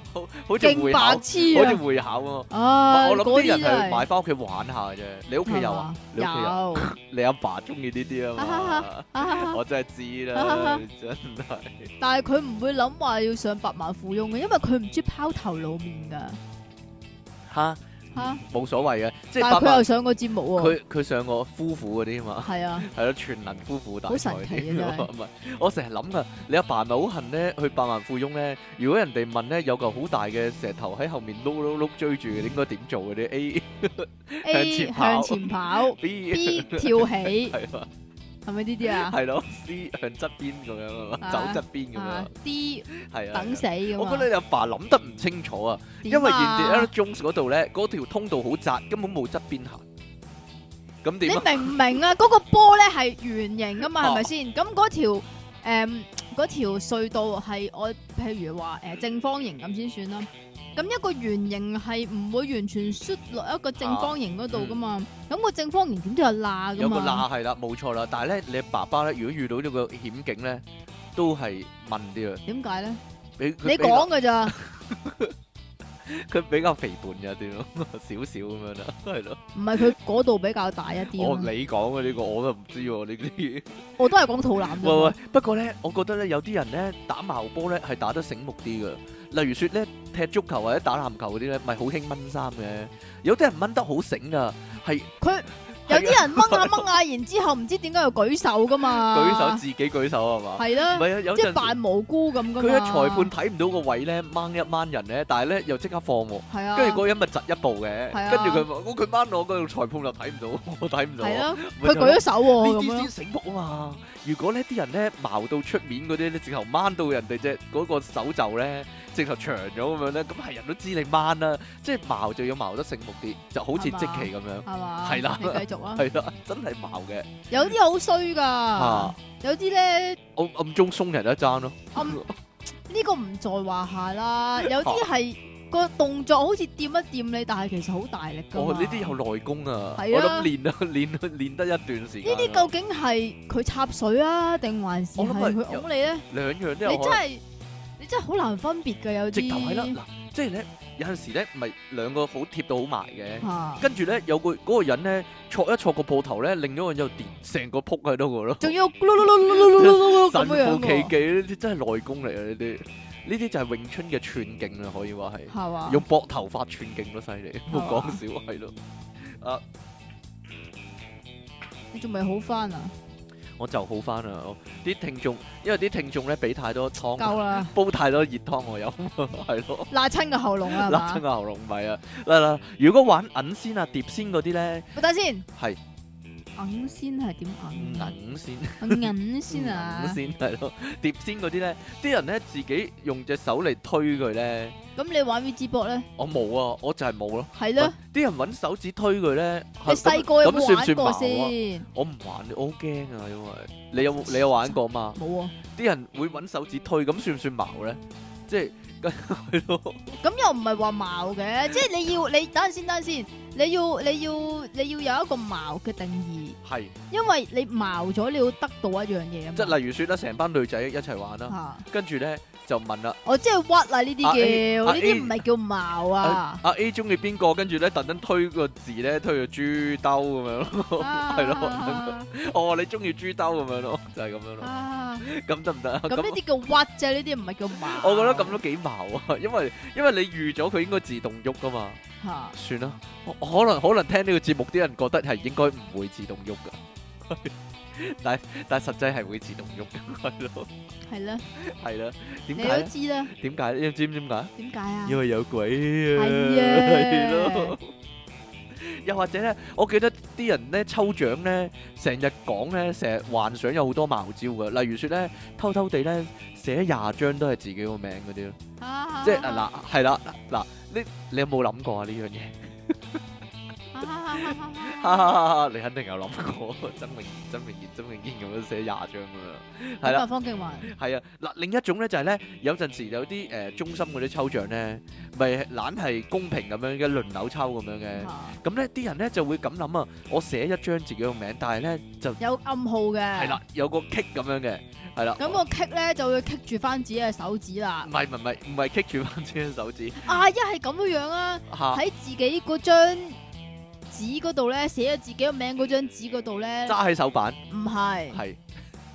B: 好似
A: 勁
B: 會
A: 白
B: 考，
A: 痴
B: 好似
A: 啊！
B: 會考喎。
A: 唉，
B: 我諗
A: 嗰
B: 啲
A: 啲
B: 人
A: 真
B: 係買
A: 係
B: 翻屋企玩下嘅啫，你屋企有啊？你屋企有？
A: 有
B: <laughs> 你阿爸中意呢啲啊
A: <laughs>
B: 嘛？我真係知啦，真係
A: 但係佢唔會諗話要上百萬富翁嘅，因為佢唔知拋頭露面㗎
B: 吓
A: 嚇。
B: 冇所謂嘅，即
A: 但
B: 係
A: 係
B: 百
A: 佢又
B: 萬
A: 上過節目喎，
B: 佢佢上過夫婦嗰啲啊嘛， <laughs>
A: 係啊，
B: 係咯全能夫婦大
A: 好
B: 賽
A: 神奇啊
B: 啲啊嘛 <laughs> 唔係我成日諗噶，你阿爸咪好恨咧去百萬富翁咧，如果人哋問咧有嚿好大嘅石頭喺後面碌碌碌追住，應該點做嘅咧？A
A: A
B: 向前跑
A: 向前
B: <laughs>
A: 跑
B: B
A: ，B 跳起，
B: 係啊，
A: 係咪呢啲啊？
B: 係咯，C 向側邊咁樣啊嘛，
A: 啊
B: 走側邊咁樣
A: 啊
B: 啊，
A: ，D
B: 係啊。
A: 等死咁
B: 我
A: 啊
B: 覺得你阿爸諗得唔清楚啊，因
A: 點
B: 為 Indiana
A: 啊
B: Jones 嗰度咧，嗰條通道好窄，根本冇側邊行。咁
A: 你
B: 點啊？
A: 明唔明啊？嗰個波咧係圓形噶嘛，
B: 啊
A: 係咪先？咁嗰條誒嗰條隧道係我譬如話誒正方形咁先算啦。咁一個圓形係唔會完全摔落一個正方形嗰度噶嘛？咁個正方形點都有罅噶
B: 有個
A: 嘛？
B: 罅係啦，冇錯啦。但係咧，你爸爸咧，如果遇到呢個險境咧，都係問啲啊。
A: 點解咧？
B: 你
A: 你講噶咋？
B: 佢比較肥胖有啲咯， <laughs> 少少咁樣啦，係咯。
A: 唔係佢嗰度比較大一啲
B: <laughs> 我
A: 啊嘛。
B: 你講嘅呢個我都唔知喎呢
A: <laughs>
B: 啲。
A: 我都係講肚腩啫
B: 喂喂
A: 嘛。，
B: 不過咧，我覺得咧，有啲人咧打矛波咧係打得醒目啲嘅。例如說咧，踢足球或者打籃球嗰啲咧，咪好興掹衫嘅。有啲人掹得好醒噶，係
A: 佢有啲人掹下掹下，然之後唔知點解又舉手噶嘛？
B: <laughs> 舉手自己舉手係嘛？
A: 係
B: 唔
A: 啦，
B: 係啊，有
A: 即係
B: 陣
A: 扮
B: 時
A: 無辜咁噶嘛。
B: 佢一裁判睇唔到個位咧，掹一掹人咧，但係咧又即刻放喎。
A: 係啊，
B: 跟住嗰人咪窒一步嘅，
A: 係啊
B: 跟住佢話我佢掹我，個裁判就睇唔到，我睇唔到。
A: 係
B: 咪
A: 咯，
B: 就
A: <laughs> 佢舉咗手喎
B: 呢
A: 咁
B: 啲
A: 樣
B: 先，醒目啊嘛！如果呢啲人咧矛到出面嗰啲咧，直頭掹到人哋隻嗰個手袖咧，直頭長咗咁樣咧，咁係人都知你掹啦。即係矛就要矛得醒目啲，就好似
A: 係嘛
B: 即期咁樣，
A: 係嘛？
B: 係啦
A: 你繼續啊！
B: 係啦，真係矛嘅。
A: 有啲好衰
B: 啊
A: 噶，有啲咧
B: 暗暗中鬆人一爭咯，
A: 暗呢個唔在話下
B: <laughs>
A: 啦，有啲係個動作好似掂一掂你，但係其實好大力噶
B: 哦，
A: 嘛。
B: 呢啲有內功啊！我
A: 係啊
B: 諗練啊 <laughs> 練啊練得一段時
A: 呢
B: 間啊。
A: 啲究竟係佢插水啊，定還是
B: 我諗係
A: 係佢拱你咧？
B: 兩樣都
A: 你
B: 有
A: 真
B: 可能。
A: 係你真係好難分別噶，有
B: 直頭係啦，
A: 啲
B: 嗱，即係咧有陣時咧，咪兩個好貼到好埋嘅。
A: 嚇，
B: 跟住咧有個嗰個人咧，戳一戳個膊頭咧，另一個人就跌成個撲喺度個咯。
A: 仲要咕嚕嚕嚕嚕嚕嚕嚕
B: 神
A: 咁樣
B: 乎其
A: 喎，
B: 技呢啲真係內功嚟啊！呢啲呢啲就係詠春嘅寸勁啦，可以話係
A: 係嘛？
B: 用膊頭發寸勁都犀利，冇
A: 嘛
B: 講笑係咯。
A: 你仲未好翻
B: <laughs>
A: 啊？
B: 我就好翻啦，我啲聽眾因為啲聽眾咧俾太多湯，
A: 夠啦，
B: 煲太多熱湯我飲， <laughs> 係咯。
A: 辣親個喉嚨啦，係
B: 辣親
A: 嘛？
B: 個喉嚨唔係啊！嗱嗱，如果玩銀仙啊、碟仙嗰啲咧，
A: 咪等先，
B: 係
A: 銀先係點銀？
B: 銀仙。
A: 銀先啊
B: 五！嗯先係咯，碟仙嗰啲咧，啲人咧自己用隻手嚟推佢咧，
A: 咁你玩 V G b o 咧？
B: 我冇啊，我就係冇咯。
A: 係咯，
B: 啲人揾手指推佢咧，
A: 你
B: 係
A: 細個有
B: 咁
A: 冇
B: 算唔
A: 玩
B: 算
A: 過
B: 矛啊？
A: 先？
B: 我唔玩，我好驚啊，因為你有你有玩
A: <laughs>
B: 過嘛？
A: 冇啊！
B: 啲人會揾手指推，咁算唔算矛咧？即係係咯， <laughs>
A: 咁又唔係話矛嘅，即係你要你等陣先，等陣先，你要你要你要有一個矛嘅定義，
B: 係
A: 因為你矛咗，你要得到一樣嘢啊嘛。
B: <laughs> 即係例如説啦，成班女仔一齊玩啦，
A: 嚇
B: 跟住咧就問啦，
A: 我即係屈啦呢啲
B: 啊
A: 叫，
B: 啊
A: 呢
B: A-
A: 啲唔係叫矛啊，
B: 阿 A 中意邊個，跟住咧特登推個字咧推個豬兜咁樣 <laughs> 咯，係咯，
A: 啊
B: 哦你中意豬兜咁樣咯，就係咁樣咯，
A: 啊
B: 咁得唔得啊？
A: 咁呢啲叫屈啫，呢啲唔係叫矛。
B: 我覺得咁都幾矛啊， <laughs> 因為因為你預咗佢應該自動喐噶嘛，
A: 嚇
B: 算啦，我可能可能聽呢個節目啲人覺得係應該唔會自動喐噶， <laughs> 但但實際係會自動喐嘅，係咯，
A: 係啦，
B: 係啦，點
A: 你
B: 解
A: 都
B: 咧？
A: 知啦，
B: 點解咧？你知唔知點解？
A: 點解啊？
B: 因為有鬼啊， <laughs>
A: 係啊
B: 係咯。又或者咧，我記得啲人咧抽獎咧，成日講咧，成日幻想有好多茅招噶，例如説咧，偷偷地咧寫廿張都係自己個名嗰啲咯。
A: 啊
B: 即係嗱，係啦，嗱，你你有冇諗過啊呢樣嘢？哈哈哈哈你肯定有諗過， <laughs> 曾明賢、曾明賢、曾明賢咁樣寫廿張咁樣，
A: <laughs> 咁
B: 係
A: 啊，
B: 啦，
A: 方敬華
B: 係啊。嗱，另一種咧就係咧，有陣時有啲誒中心嗰啲抽獎咧，咪懶係公平咁樣嘅，輪流抽咁樣嘅。
A: 啊
B: 咁咧啲人咧就會咁諗啊，我寫一張自己個名，但係咧就
A: 有暗號嘅，
B: 係啦，有個 kick 咁樣嘅，係啦。
A: 咁個棘咧就會棘住翻自己嘅手指啦
B: 唔。係唔係唔係唔係 kick 住翻自己手指
A: 啊，一係咁樣樣啊，
B: 嚇，
A: 喺自己嗰張紙嗰度咧，寫咗自己個名嗰張紙嗰度咧，
B: 揸喺手板
A: 唔係
B: 係。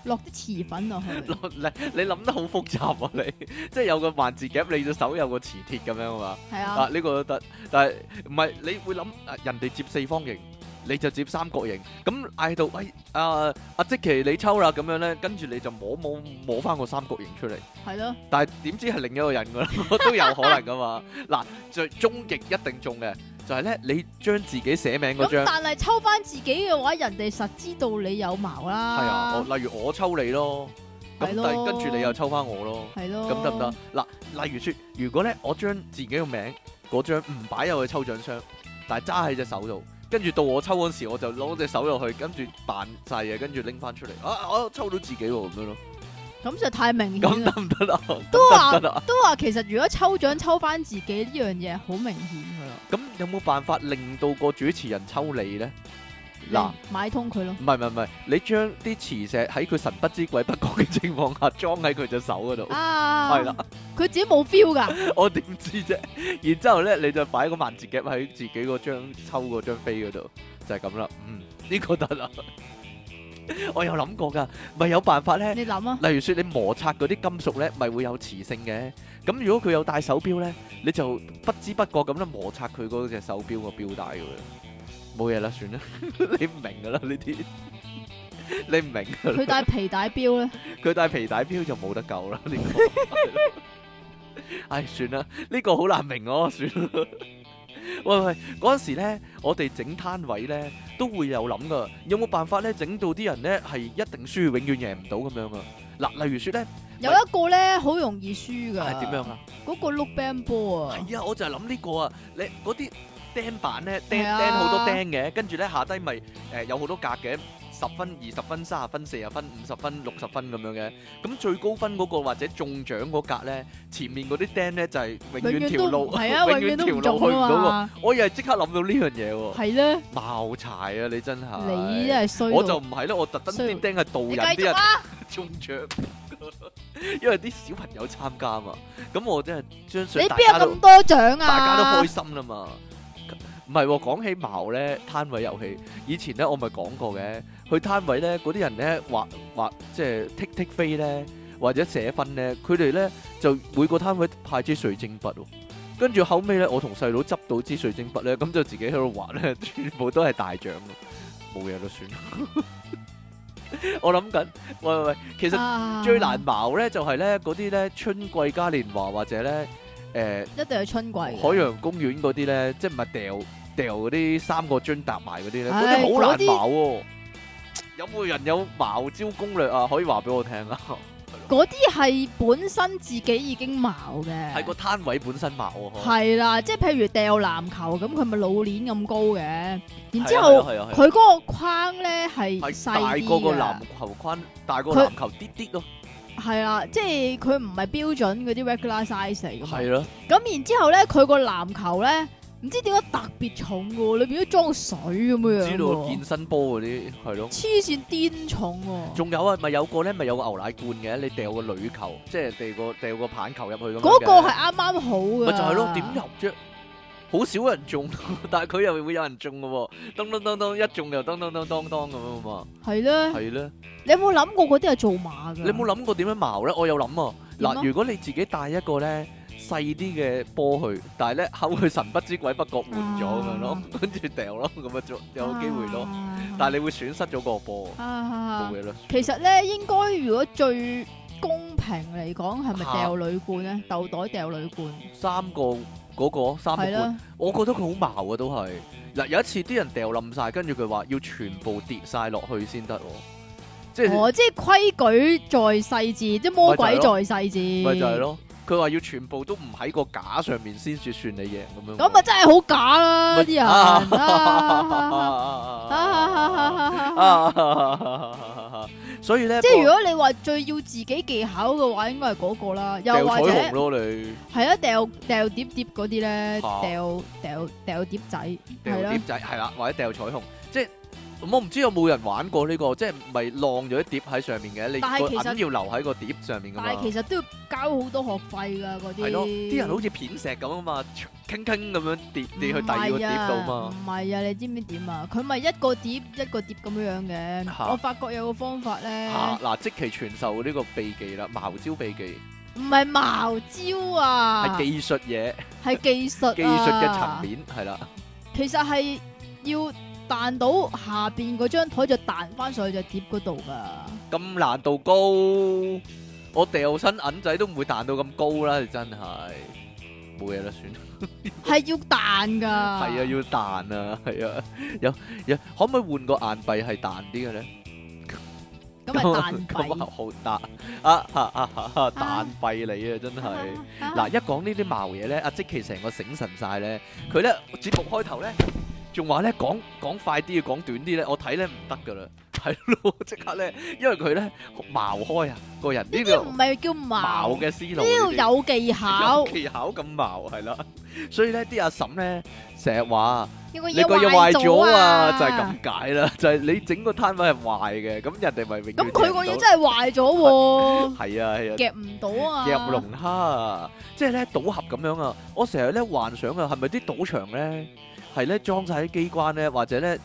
A: 落啲磁粉落去，
B: <laughs> 你你諗得好複雜啊！你即係有個萬字夾，你隻 <laughs> 手有個磁鐵咁樣啊
A: 係
B: 嘛。啊
A: 啊，
B: 呢個都得，但係唔係你會諗啊人哋接四方形，你就接三角形。咁嗌到喂啊阿即奇你抽啦咁樣咧，跟住你就摸摸摸翻個三角形出嚟。
A: 係咯，
B: 但係點知係另一個人㗎啦， <laughs> 都有可能㗎嘛。嗱，最終極一定中嘅就係咧，你將自己寫名嗰
A: 咁
B: 張。
A: 但係抽翻自己嘅話，人哋實知道你有矛啦，
B: 係啊，我例如我抽你咯，咁
A: 係
B: 但
A: 咯
B: 係跟住你又抽翻我咯。
A: 係咯，
B: 咁得唔得？？嗱，例如説，如果咧我將自己個名嗰張唔擺入去抽獎箱，但係揸喺隻手度，跟住到我抽嗰時，我就攞隻手入去，跟住扮晒嘢，跟住拎翻出嚟，啊，我抽到自己喎咁樣咯，
A: 咁就太明顯
B: 咁
A: 啦。
B: 得唔得啊？
A: 都
B: 咁
A: 話
B: 得唔得啊？
A: 都話其實如果抽獎抽翻自己呢樣嘢，好明顯噶啦。
B: 咁有冇辦法令到個主持人抽你咧？嗱。
A: 你買通佢咯，
B: 唔係唔係唔係，你將啲磁石喺佢神不知鬼不覺嘅情況下裝喺佢隻手嗰度，
A: 啊，
B: 係啦，
A: 佢自己冇 feel 噶，
B: <laughs> 我點知啫？然之後咧，你就擺個萬字夾喺自己嗰張抽嗰張飛嗰度，就係咁啦。嗯，呢、個得啦。 <laughs> 我有諗過㗎，咪有辦法咧？
A: 你諗啊，
B: 例如說你摩擦嗰啲金屬咧，咪會有磁性嘅。咁如果佢有戴手錶咧，你就不知不覺咁樣摩擦佢嗰隻手錶個錶帶㗎啦。冇嘢啦， <laughs> 算啦，你唔明㗎啦呢啲，你唔明 <laughs> 㗎啦。
A: 佢戴皮帶錶咧，
B: 佢戴皮帶錶就冇得救啦，呢、個。唉，算啦，呢、個好難明哦，算啦。喂喂，嗰陣時咧，我哋整攤位咧都會有諗噶，有冇辦法咧整到啲人咧係一定輸，永遠贏唔到咁樣啊？嗱，例如説咧，
A: 有一個咧好容易輸噶，
B: 係點樣啊？
A: 嗰個碌 band 波啊，
B: 係啊，我就係諗呢個啊，你嗰啲釘板咧，釘
A: 係啊
B: 釘好多釘嘅，跟住咧下低咪誒有好多格嘅，十分、二十分、三十分、四十分、五十分、六十分咁樣嘅。咁最高分嗰個或者中獎嗰格咧，前面嗰啲釘咧就係永
A: 永
B: 遠
A: 遠
B: 條
A: 都
B: 路，
A: 係
B: <laughs>
A: 啊，永遠
B: 遠
A: 都
B: 條
A: 唔
B: 路
A: 中
B: 去唔
A: 啊
B: 到喎。
A: 嘛，
B: 我又係即刻諗到呢樣嘢喎，
A: 係咧，
B: 茅柴啊！你真係，
A: 你真係衰到，
B: 我就唔係咯，我特登
A: 衰
B: 啲釘係導
A: 你
B: 引
A: 繼
B: 啲人 <laughs>
A: 續。啊，
B: 中 <laughs> 獎，因為啲小朋友參加嘛，咁我真係將
A: 你
B: 想大
A: 邊
B: 家
A: 有
B: 都
A: 咁多獎啊？
B: 大家都開心啦嘛。唔係喎，講起矛咧，攤位遊戲，以前咧我咪講過嘅，去攤位咧，嗰啲人咧畫畫即係剔剔飛咧，或者寫分咧，佢哋咧就每個攤位派支水晶筆喎。跟住後尾咧，我同細佬執到支水晶筆咧，咁就自己喺度畫咧， <laughs> 全部都係大獎喎冇嘢都算 <laughs> 啦。我諗緊，喂喂喂，其實
A: 啊
B: 最難矛咧就係咧嗰啲咧春季嘉年華或者咧誒。
A: 一定係春季啊嘅，
B: 海洋公園嗰啲咧，即係唔係掉掉嗰啲三個樽搭埋嗰啲咧，嗰
A: 唉
B: 啲好
A: 嗰
B: 難
A: 啲
B: 矛喎。有冇人有矛招攻略啊？可以話俾我聽
A: <laughs>
B: 啊！
A: 嗰啲係本身自己已經矛嘅，
B: 係個攤位本身矛喎。
A: 係啊啦，即係譬如掉籃球咁，佢咪老鏈咁高嘅，然之
B: 係啊
A: 後
B: 係啊係啊係啊
A: 佢嗰個框咧係
B: 係
A: 細
B: 大
A: 啲
B: 過個籃
A: 嘅，
B: 球框，大過
A: 佢
B: 籃球啲啲咯。
A: 係啊，即係
B: 啊
A: 佢唔係標準嗰啲 regular size 嚟㗎嘛。
B: 係咯，
A: 咁然之後咧，佢個籃球咧唔知點解特別重嘅喎，裏邊都裝水咁樣
B: 知
A: 樣
B: 道
A: 喎
B: 健，身波嗰啲係咯。
A: 黐線癲重喎！
B: 仲有啊，咪有個咧，咪有個牛奶罐嘅，你掉個女球，即係掉個掉個棒球入去咁樣
A: 嗰
B: 嘅
A: 個係啱啱好嘅，
B: 咪就係咯，點入啫？好少人中， <laughs> 但係佢又會有人中嘅喎，當當當當一中又當當當當當咁
A: <laughs>
B: 樣啊
A: 係咧
B: 嘛，，係咧。
A: 你有冇諗過嗰啲係做馬㗎？
B: 你有冇諗過點樣矛咧？我有諗啊。
A: 嗯點啊
B: 嗱，如果你自己帶一個咧細啲嘅波去，但係咧後佢神不知鬼不覺換咗咁樣咯
A: 啊，
B: <laughs> 跟住掉咯，咁啊就有機會咯。
A: 啊？
B: 但係你會損失咗個波，
A: 啊
B: 冇嘢啦。
A: 其實咧，應該如果最公平嚟講，係咪
B: 嚇
A: 掉女罐咧？豆袋掉女罐，
B: 三個嗰個三個
A: 係
B: 半
A: 啦，
B: 我覺得佢好矛啊，都係嗱。有一次啲人掉冧晒，跟住佢話要全部跌晒落去先得喎，即係
A: 哦，即係規矩在細緻，即係魔鬼在細緻，
B: 咪就係。咯。佢話要全部都唔喺個架上面先至算你贏咁樣。
A: 咁
B: <laughs>
A: 啊，真係好假啦！啲人啊，
B: 啊啊！所以咧，
A: 即係如果你話最要自己技巧嘅話，應該係嗰個啦，又
B: 掉
A: 或
B: 彩
A: 者
B: 虹咯，你
A: 係啊，掉掉碟碟嗰啲咧，
B: 嚇
A: 掉掉掉碟仔，
B: 掉
A: 係啦
B: 碟，仔係啦，或者掉彩虹，即係我唔知有冇人玩過呢個，即係咪晾咗啲碟喺上面嘅？你
A: 但
B: 個
A: 係其實
B: 銀要留喺個碟上面噶
A: 但
B: 嘛？
A: 係其實都要交好多學費㗎嗰啲。
B: 係咯，啲人好似片石咁啊嘛，傾傾咁樣跌跌去第
A: 啊
B: 二個碟度嘛。
A: 唔係啊，你知唔知點啊？佢咪一個碟一個碟咁樣樣
B: 嚇
A: 嘅。我發覺有個方法咧，
B: 嚇嗱，即其傳授呢個秘技啦，茅招秘技
A: 唔係茅招啊
B: 係，技術嘢，
A: 係技術啊
B: 技術嘅層。面係啦，
A: 其實係要彈到下邊嗰張台就彈翻上去隻碟嗰度
B: <laughs>
A: 噶。
B: 咁難度高，我掉身銀仔都唔會彈到咁高啦，真係冇嘢啦，算啦。
A: 係要彈噶，
B: 係啊，要彈啊，係啊，有有可唔可以換個硬幣係彈啲嘅咧？
A: 咁
B: <laughs>
A: 咪彈
B: 咁
A: 幣
B: 啊，好彈啊啊啊啊啊！彈幣你啊，真
A: <laughs>
B: 係〜
A: 嗱，
B: 嗱，一講呢啲茅嘢咧，阿即奇成個醒神晒咧，佢咧節目開頭咧，仲話咧講講快啲，要講短啲咧，我睇咧唔得噶啦， <laughs> 係咯，即刻咧，因為佢咧茅開啊，個人呢
A: 呢啲唔
B: 個
A: 係叫
B: 茅
A: 茅，呢
B: 嘅思路，
A: 啲
B: 呢啲
A: 要有技巧
B: 有，技巧咁茅係啦， <laughs> 所以咧啲阿嬸咧成日話
A: 你個
B: 你
A: 嘢
B: 個嘢
A: 壞
B: 壞咗啊，
A: 啊，
B: 就係。咁解啦，就係你整個攤位係壞嘅，咁人哋咪永遠
A: 咁佢個嘢
B: 贏
A: 真係壞咗喎。
B: 到係啊係啊。
A: 夾唔到啊！
B: 夾龍蝦啊，即係咧賭俠咁樣啊！我成日咧幻想啊，係咪啲賭場咧係咧裝晒啲機關咧，或者咧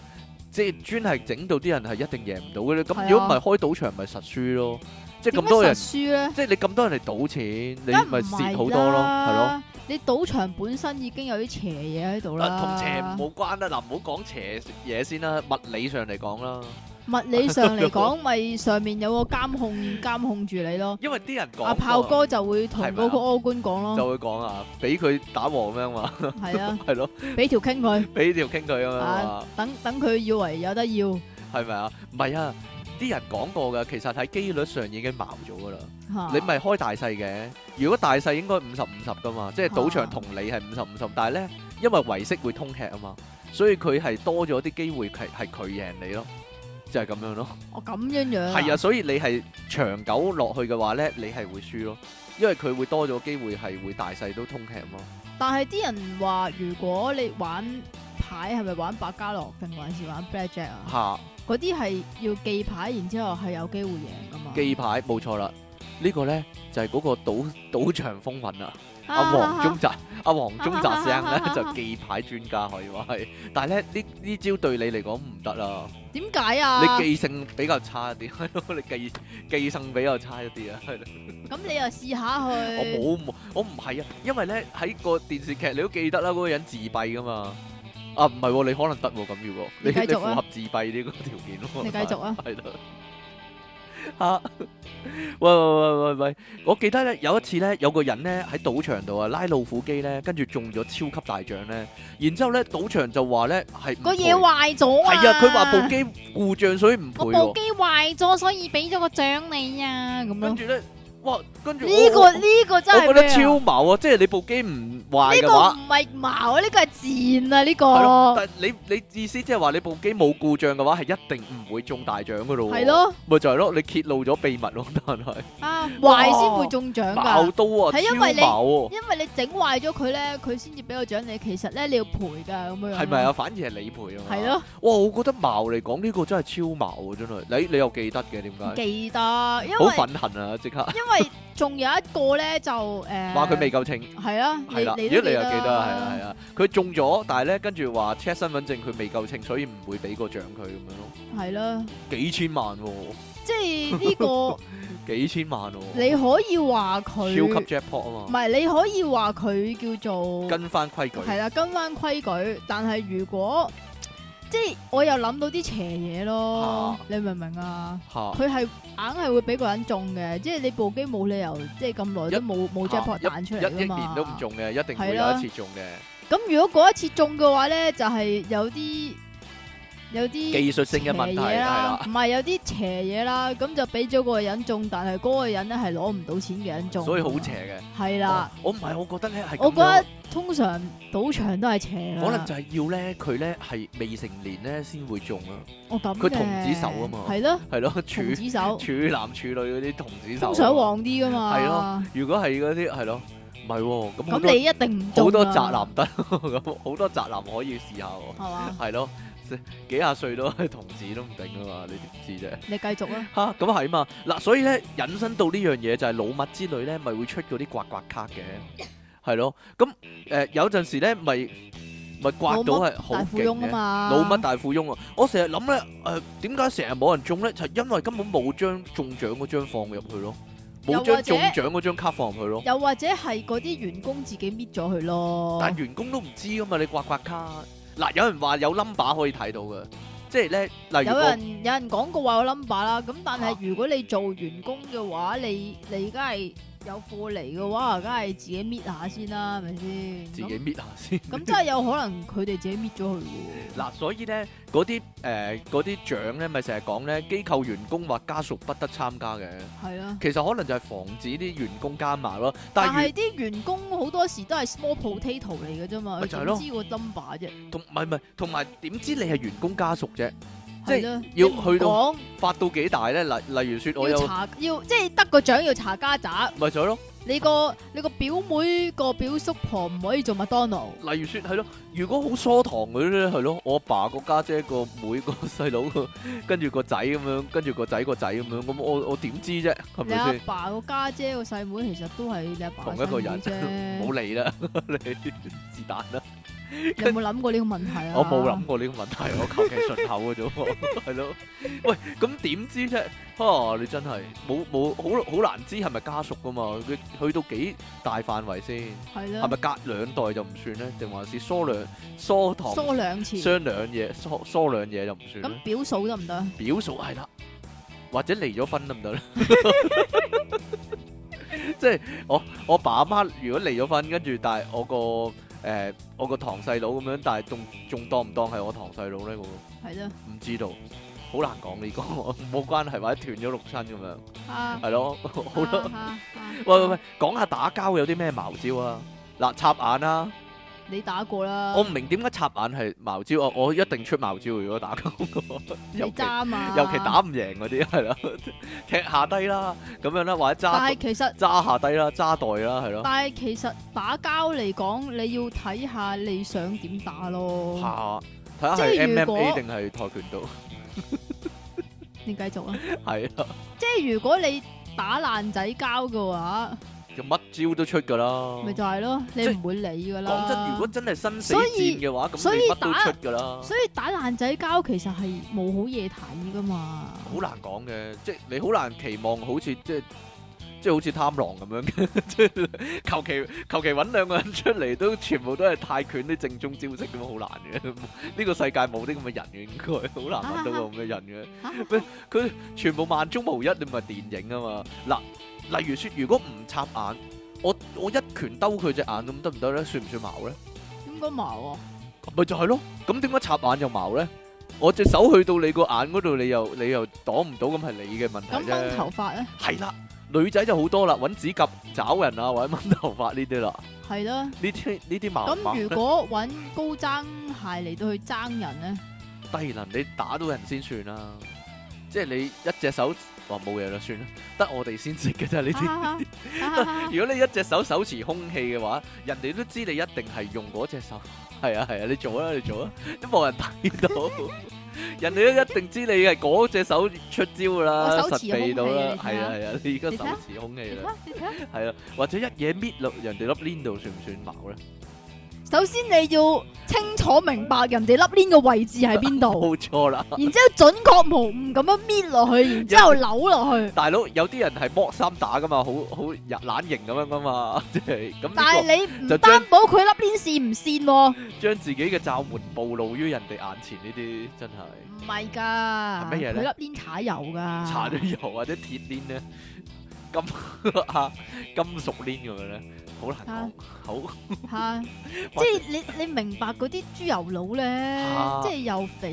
B: 即係專係整到啲人係一定贏唔到嘅咧？
A: 係
B: 咁
A: 啊
B: 如果唔係開賭場，咪實輸咯！即係
A: 點
B: 咁
A: 解
B: 多人
A: 實，輸咧？
B: 即係你咁多人嚟賭錢，你
A: 梗
B: 咪
A: 唔係
B: 蝕好多咯，係咯。
A: 啦。你賭場本身已經有啲邪嘢喺度啦，
B: 啊同邪冇關啦，嗱唔好講邪嘢先啦，物理上嚟講啦，
A: 物理上嚟講，咪上面有個監控監控住你咯。
B: 因為啲人講
A: 阿炮
B: 過
A: 哥就會同嗰個柯官講
B: 就
A: 咯，
B: 會講啊，俾佢打和咁樣嘛， <laughs>
A: 係啊，
B: 係咯，
A: 俾條傾佢，
B: 俾條傾佢咁樣嘛
A: 啊。等等佢以為有得要
B: 係咪啊？唔係啊，啲人講過噶，其實喺機率上已經矛咗噶啦。
A: 嚇
B: 你咪開大細嘅，如果大細應該五十五十噶嘛，即係賭場同你係五十五十，但係咧因為維息會通吃啊嘛，所以佢係多咗啲機會係係佢贏你咯，就係、咁樣咯。
A: 哦咁樣樣
B: 係啊，，所以你係長久落去嘅話咧，你係會輸咯，因為佢會多咗機會係會大細都通吃啊咯。
A: 但係啲人話，如果你玩牌係咪玩百家樂定還是玩 blackjack 啊？
B: 嚇、
A: 嗰啲係要記牌，然之後係有機會贏噶嘛？
B: 記牌冇錯啦，呢、個咧就係、嗰個賭賭場風雲啦。
A: 啊
B: 阿黃宗澤，阿黃宗澤聲咧就記牌專家可以話係，但係咧呢呢招對你嚟講唔得啦，
A: 點解啊？
B: 你記性比較差一啲，係咯，你記記性比較差一啲啊，係咯，
A: 咁你又試下去。
B: 我冇冇，我唔係啊，因為咧喺個電視劇你都記得啦，嗰、個人自閉噶嘛，啊唔係喎，你可能得喎咁如果你
A: 你繼
B: 你
A: 續
B: 符
A: 啊
B: 合自閉呢個條件喎，
A: 你繼續啊
B: 係咯。 <laughs> 吓！喂喂喂喂喂！我記得咧有一次咧，有個人咧喺賭場度啊拉老虎機咧，跟住中咗超級大獎咧，然之後咧賭場就話咧係唔
A: 個
B: 賠
A: 嘢壞咗啊！
B: 係啊，佢話部機故障所以唔賠
A: 我
B: 喎
A: 部。機壞咗，所以俾咗個獎你啊，咁
B: 跟
A: 咯。
B: 住咧，喂哇！跟住
A: 呢
B: 我
A: 個呢個真
B: 我
A: 係
B: 覺
A: 咩啊
B: 得超矛啊！即係你部機唔壞
A: 呢
B: 嘅
A: 個
B: 話
A: 唔，係矛，呢個係賤啊！呢個
B: 係咯，但係你你意思即係話你部機冇故障嘅話，係一定唔會中大獎噶咯喎。
A: 係，咯
B: 咪就係咯，你揭露咗秘密咯，但係
A: 啊，壞先會中獎
B: 矛
A: 㗎。
B: 刀啊，
A: 係因為你
B: 超矛喎，
A: 因為你整壞咗佢咧，佢先至俾個獎你。其實咧，你要賠㗎咁樣。
B: 係咪啊？？反而係你賠啊嘛。
A: 係。咯，
B: 哇！我覺得矛嚟講呢個真係超矛啊，真係。你你又記得嘅點解？
A: 記得，因
B: 好
A: 為
B: 憤恨啊！即刻
A: 因為仲有一個咧就誒，
B: 話佢未夠稱。
A: 係啊，
B: 係啦，
A: 你
B: 咦
A: 你
B: 你
A: 都
B: 又
A: 記
B: 記得係啦
A: 啦
B: 係，啦，佢中咗，但係咧跟住話 check 身份證佢未夠稱，所以唔會俾個獎佢咁樣咯，
A: 係啦，
B: 幾千萬喎，
A: 即
B: <laughs>
A: 係呢個
B: 幾千萬喎，
A: 你可以話
B: 超
A: 佢
B: 級 jackpot 啊
A: 唔
B: 嘛，
A: 係，你可以話佢叫做
B: 跟翻規矩，
A: 嗯係啦，跟翻規矩。但係如果即係我又諗到啲邪嘢咯
B: 啊，
A: 你明唔明啊？
B: 嚇
A: 佢係硬係會俾個人中嘅，即係你部機冇理由即係咁耐都冇冇 jackpot 彈出嚟
B: 一
A: 㗎
B: 億
A: 嘛。
B: 年都唔中嘅，一定會
A: 係
B: 有
A: 啦
B: 一次中嘅，
A: 咁如果嗰一次中嘅話咧，就係、有啲有啲
B: 技術性嘅問題
A: 邪嘢啊啦
B: 係啦，
A: 唔係有啲邪嘢啦，咁就俾咗嗰個人中，但係嗰個人咧係攞唔到錢嘅人中，
B: 所以好。邪嘅。
A: 係
B: 哦
A: 啦，
B: 我唔係，我覺得咧係
A: 我
B: 咁
A: 覺得
B: 樣，
A: 通常賭場都係邪啦
B: 可能就係要咧佢咧係未成年咧先會中啊，
A: 我咁
B: 佢童子手啊嘛
A: 係咯，
B: 係咯，
A: 童
B: 處
A: 子手
B: 處男處女嗰啲童子手
A: 通
B: 啊，
A: 常旺啲噶嘛。
B: 係咯，如果係嗰啲係咯，唔係喎，咁好多
A: 咁你一定唔中啊
B: 好多宅男得咁，好多宅男可以試下喎，
A: 係嘛？
B: 係咯，幾廿歲都童子都唔定啊嘛，你點知啫？
A: 你繼續啦，
B: 吓咁係嘛，嗱，所以咧引申到呢樣嘢就係老麥之類咧，咪會出嗰啲刮刮卡嘅，係咯，咁誒、呃有陣時咧咪咪刮到係好
A: 大富
B: 勁
A: 翁啊
B: 嘅。
A: 嘛，
B: 老乜大富翁啊！我成日諗咧，誒點解成日冇人中咧？就係因為根本冇將中獎嗰張放入去咯，冇
A: 又
B: 將
A: 或者
B: 中獎嗰張卡放入去咯。
A: 又或者係嗰啲員工自己搣咗佢咯，
B: 但員工都唔知噶嘛，你刮刮卡嗱，有人話有 number 可以睇到嘅，即係咧，啊例如
A: 有
B: 個
A: 人有人講過話有 number 啦，咁但
B: 啊
A: 係如果你做員工嘅話，你你梗係有貨嚟嘅話，梗係自己搣下先啦，係咪
B: 自
A: 先？咁
B: 己搣下先。
A: 咁真係有可能佢哋自己搣咗佢嘅喎。
B: 嗱，所以咧嗰啲誒嗰啲獎咧，咪成日講咧，機構員工或家屬不得參加嘅。
A: 係啊，
B: 其實可能就係防止啲員工加碼咯。但
A: 但
B: 係
A: 係啲員工好多時都係 small potato 嚟嘅啫嘛，
B: 咪
A: 佢
B: 就係咯
A: 點知個 number 啫？
B: 員同唔係唔係同埋點知你係員工家屬啫？即係
A: 係啦，
B: 要
A: 你唔
B: 去到
A: 講
B: 發到幾大咧？例例如説我
A: 要
B: 有
A: 查，要即係得個獎要查家宅，
B: 咪就係咯。
A: 你個你個表妹個表叔婆唔可以做麥當勞。
B: 例如説係咯，如果好疏堂嗰啲咧係咯，我阿爸個家姐個妹個細佬個，跟住個仔咁樣，跟住個仔個仔咁樣，咁我我點知啫？係
A: 你
B: 咪
A: 阿
B: 先？
A: 爸個家姐個細妹其實都係你阿爸
B: 同一個人 <laughs>
A: 細妹啫，
B: 冇理啦，你是但啦，
A: 你有冇諗過呢個問題啊？
B: 我冇諗過呢個問題，我求其順口嘅啫喎，係咯。喂，咁點知啫？哈！你真係冇冇好好難知係咪家屬噶嘛？佢去到幾大範圍先？
A: 係
B: 係
A: 啦
B: 咪，隔兩代就唔算咧？定還是疏兩疏堂
A: 梳兩次，
B: 雙兩嘢疏疏兩嘢就唔算咧？
A: 咁表嫂得唔得？
B: 表嫂係啦，或者離咗婚得唔得咧？即係我我爸阿媽如果離咗婚，跟住但係我個誒、呃我個堂細佬咁樣，但係仲仲當唔當係我堂細佬咧？我唔
A: 係啦，
B: 知道，好難講呢、個 <laughs> 冇關係，或者斷咗六親咁樣，
A: 啊，
B: 係咯， <laughs> 好多。
A: 啊，
B: 喂喂喂
A: 喂，，
B: 講下打交有啲咩茅招啊？嗱，插眼啦、
A: 你打過啦，
B: 我唔明點解插眼係茅招啊！我一定出茅招，如果打交嘅話，
A: 你啊
B: 尤其
A: 揸嘛，
B: 尤其打唔贏嗰啲 <laughs> 係啦，踢下低啦，咁樣啦，或者
A: 但
B: 揸
A: 係其實，
B: 揸下低啦，揸袋啦，係咯，
A: 但係其實打交嚟講，你要睇下你想點打咯。
B: 下睇下
A: 哦即
B: 係
A: 係如果
B: MMA 定係跆拳道， <laughs>
A: 你繼續啊，
B: 係啦，
A: 即係如果你打爛仔交嘅話，
B: 就乜招都出噶啦。
A: 咪就係咯，你
B: 哦即係
A: 唔會理噶啦。
B: 講真，如果真係生死
A: 所以
B: 戰嘅話，咁
A: 所以
B: 你乜都
A: 打
B: 出噶啦，
A: 所以打爛仔交其實係冇好嘢睇噶嘛。
B: 好難講嘅，即係你好難期望好似即係。即係好似貪狼咁樣嘅， <laughs> 即係求其求其揾兩個人出嚟都全部都係泰拳啲正宗招式咁，好難嘅。 <laughs> 呢個世界冇啲咁嘅人嘅，應該好難揾到個咁嘅人嘅。
A: 嚇
B: 佢全部萬中無一，你咪電影啊嘛。嗱，例如説，如果唔插眼，我我一拳兜佢隻眼咁得唔得咧？算唔算矛咧？
A: 應該矛啊，
B: 咪就係咯。咁點解插眼就矛咧？我隻手去到你個眼嗰度，你又你又擋唔到，咁係你嘅問題
A: 咁掹頭
B: 啫。
A: 髮咧，啊
B: 係啦，女仔就好多啦，揾指甲找人啊，或者掹頭髮呢啲啦，
A: 係啦。
B: 呢啲呢啲麻
A: 咁如
B: 煩。
A: 果揾高踭鞋嚟到去爭人咧，
B: 低能你打到人先算啦，即係你一隻手話冇嘢啦，算啦，得我哋先識嘅啫呢啲。
A: 啊哈
B: <laughs>
A: 哈
B: 如果你一隻手手持空氣嘅話，人哋都知你一定係用嗰隻手。係啊係啊，你做啊你做啊，都冇人睇到。人哋都一定知你係嗰隻手出招㗎啦，
A: 我手持
B: 實避到啦。
A: 空氣
B: 係啊係啊，你而
A: 你
B: 家
A: 睇下
B: 手持空氣
A: 你睇
B: 啦，
A: 下你睇下
B: 係啊，或者一嘢搣落人哋粒黏度算唔算矛咧？
A: 首先你要清楚明白人哋粒鏈嘅位置喺邊
B: <laughs>
A: 度，
B: 冇錯啦，
A: 然之後準確無誤咁樣搣落去，然之後扭落去。
B: 大佬有啲人係剝衫打噶嘛，好好日懶型咁樣噶嘛， <laughs> 即係咁
A: 但
B: 呢
A: 係你唔
B: 就將
A: 擔保佢粒鏈線唔線喎，
B: 個將自己嘅罩門暴露於人哋眼前呢啲真係。
A: 唔係㗎，
B: 乜嘢呢
A: 佢粒鏈搽油㗎，
B: <laughs> 搽咗油或者鐵鏈咧，金 <laughs> 啊金屬鏈咁樣咧，好難講，好
A: 嚇，即
B: 或者
A: 係你你明白嗰啲豬油佬咧
B: 嚇，
A: 即係又肥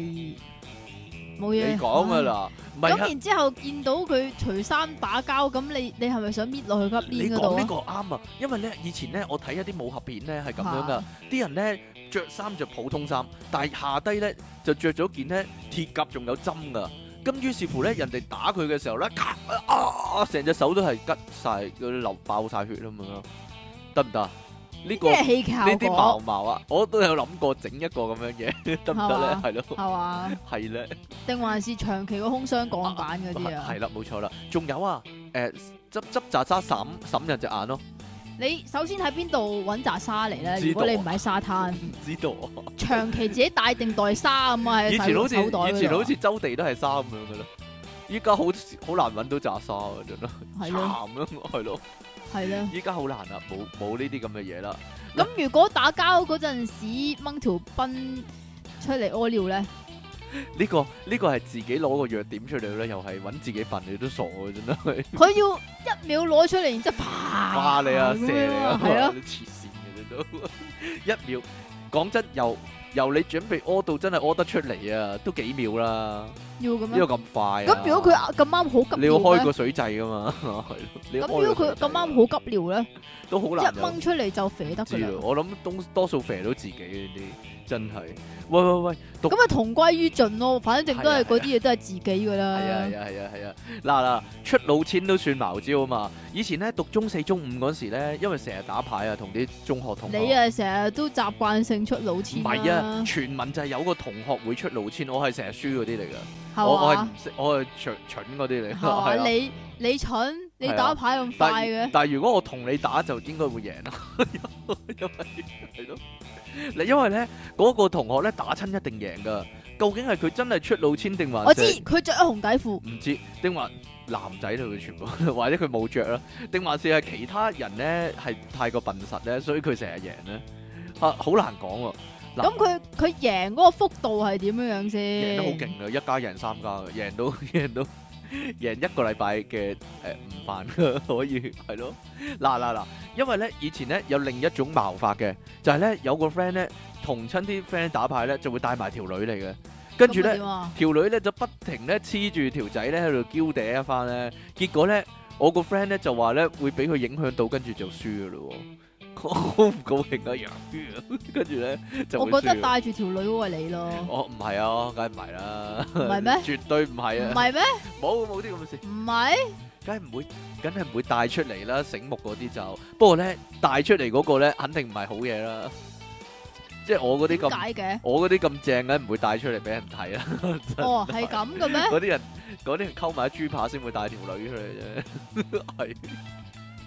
A: 冇
B: 你
A: 嘢。
B: 講噶。啦，唔
A: 咁
B: 係啊，
A: 然之後見到佢除衫打交，咁你你係咪想搣落去粒
B: 你
A: 鏈嗰度
B: 講呢
A: 啊？
B: 個啱啊，因為咧以前咧我睇一啲武俠片咧係咁樣噶，啲人咧着衫就普通衫，但係下低咧就着咗件咧鐵甲仲有針噶。咁於是乎咧，人哋打佢嘅時候咧，咔啊啊，成隻手都係拮晒，佢流爆晒血咁樣咯，得唔得啊？呢個
A: 即係氣球
B: 呢啲毛毛啊，我都有諗過整一個咁樣嘢，
A: 係
B: 得唔
A: 嘛
B: 得咧？係咯，
A: 係嘛？
B: 係咧，
A: 定還是長期個空箱鋼板嗰啲啊？
B: 係啦，冇錯啦。仲有啊，誒執執渣渣審審人隻眼咯，
A: 你首先喺邊度揾扎沙嚟咧？
B: 知道
A: 如果你唔喺沙灘，
B: 唔知道啊。
A: 長期自己帶定袋沙咁啊，喺
B: 以前好似
A: 手袋嗰度啊
B: 以前好似周地都係沙咁樣噶啦，依家好好難揾到渣沙啊，真係
A: 係咯
B: 慘咯，係咯，
A: 係咯。
B: 依家好難啊，冇冇呢啲咁嘅嘢啦。
A: 咁如果打交嗰陣時掹條賓出嚟屙尿咧，
B: 呢個呢個係自己攞個弱點出嚟咧，又係揾自己笨，你都傻嘅真係。
A: <laughs> 佢要一秒攞出嚟，然之後啪
B: 哇你啊，
A: 咁
B: 射
A: 樣
B: 你啊，
A: 係咯
B: <laughs> 你黐線嘅你都一秒。講真，由由你準備屙到真係屙得出嚟啊，都幾秒啦，
A: 要咁
B: 呢
A: 樣。
B: 個咁快啊。
A: 咁如果佢咁啱好急
B: 你要
A: 尿
B: 開
A: 咧，
B: 個水掣噶嘛， <laughs> 係咯你要
A: 咁如
B: 開個
A: 果佢
B: 水
A: 咁
B: 掣
A: 啱好急尿咧，
B: 都好難
A: 一
B: 有
A: 掹出嚟就肥得
B: 知
A: 㗎
B: 啊
A: 啦。
B: 我諗多多數肥到自己呢啲，真係。喂喂喂，讀
A: 咁啊同歸於盡咯，反正都係嗰啲嘢都係自己㗎啦。
B: 啊係啊係啊係啊係啊！嗱嗱，出老千都算茅招啊嘛。以前咧讀中四中五嗰時咧，因為成日打牌啊，同啲中學同學。
A: 你啊，成日都習慣性出老千
B: 唔
A: 啦
B: 係啊，，傳聞就係有個同學會出老千，我係成日輸嗰啲嚟噶，我我
A: 係
B: 係
A: 嘛
B: 唔？識，我係蠢蠢嗰啲嚟
A: 係
B: 㗎，係
A: 嘛？
B: 啊。
A: 你你蠢，你
B: 係啊
A: 打牌咁
B: 但
A: 快嘅，
B: 但係如果我同你打就應該會贏啦， <laughs> 因為係咯，你因為咧嗰個同學咧打親一定贏噶，究竟係佢真係出老千定還
A: 我
B: 是
A: 知佢着咗紅底褲，
B: 唔知定還男仔嚟佢全部， <laughs> 或者佢冇着啦，定還是係其他人咧係太過笨實咧，所以佢成日贏咧，啊好難講喎。嗱
A: 咁佢佢贏嗰個幅度係點樣樣
B: 贏
A: 先？
B: 得好勁啊！一家贏三家嘅，贏 <laughs> 到贏到贏一個禮拜嘅誒午 <laughs> 飯可以係咯。嗱嗱嗱，因為咧以前咧有另一種矛法嘅，就係、咧有個 friend 咧同親啲 friend 打牌咧就會帶埋條女嚟嘅，跟住
A: 咁啊
B: 咧
A: 點啊？
B: 條女咧就不停咧黐住條仔咧喺度嬌嗲一番咧，結果咧我個 friend 咧就話咧會俾佢影響到，跟住就輸嘅嘞喎。 <laughs> 我好唔高興啊！贏輸啊跟住咧就會
A: 我覺得
B: 輸
A: 帶住條女嗰個係你咯，
B: 我唔係啊，梗係唔係啦，
A: 唔
B: <laughs>
A: 係咩
B: 絕對唔係
A: 唔
B: 啊，
A: 係咩？
B: 冇冇啲咁嘅事，
A: 唔係
B: 梗係唔會，梗係唔會帶出嚟啦，醒目嗰啲就，不過咧帶出嚟嗰個咧肯定唔係好嘢啦，即係我嗰啲
A: 點
B: 咁，
A: 解嘅？
B: 我嗰啲咁正嘅唔會帶出嚟俾人睇 <laughs> 啦，
A: 哦，係咁嘅咩？
B: 嗰啲人嗰啲人溝埋啲豬扒先會帶條女出嚟啫，係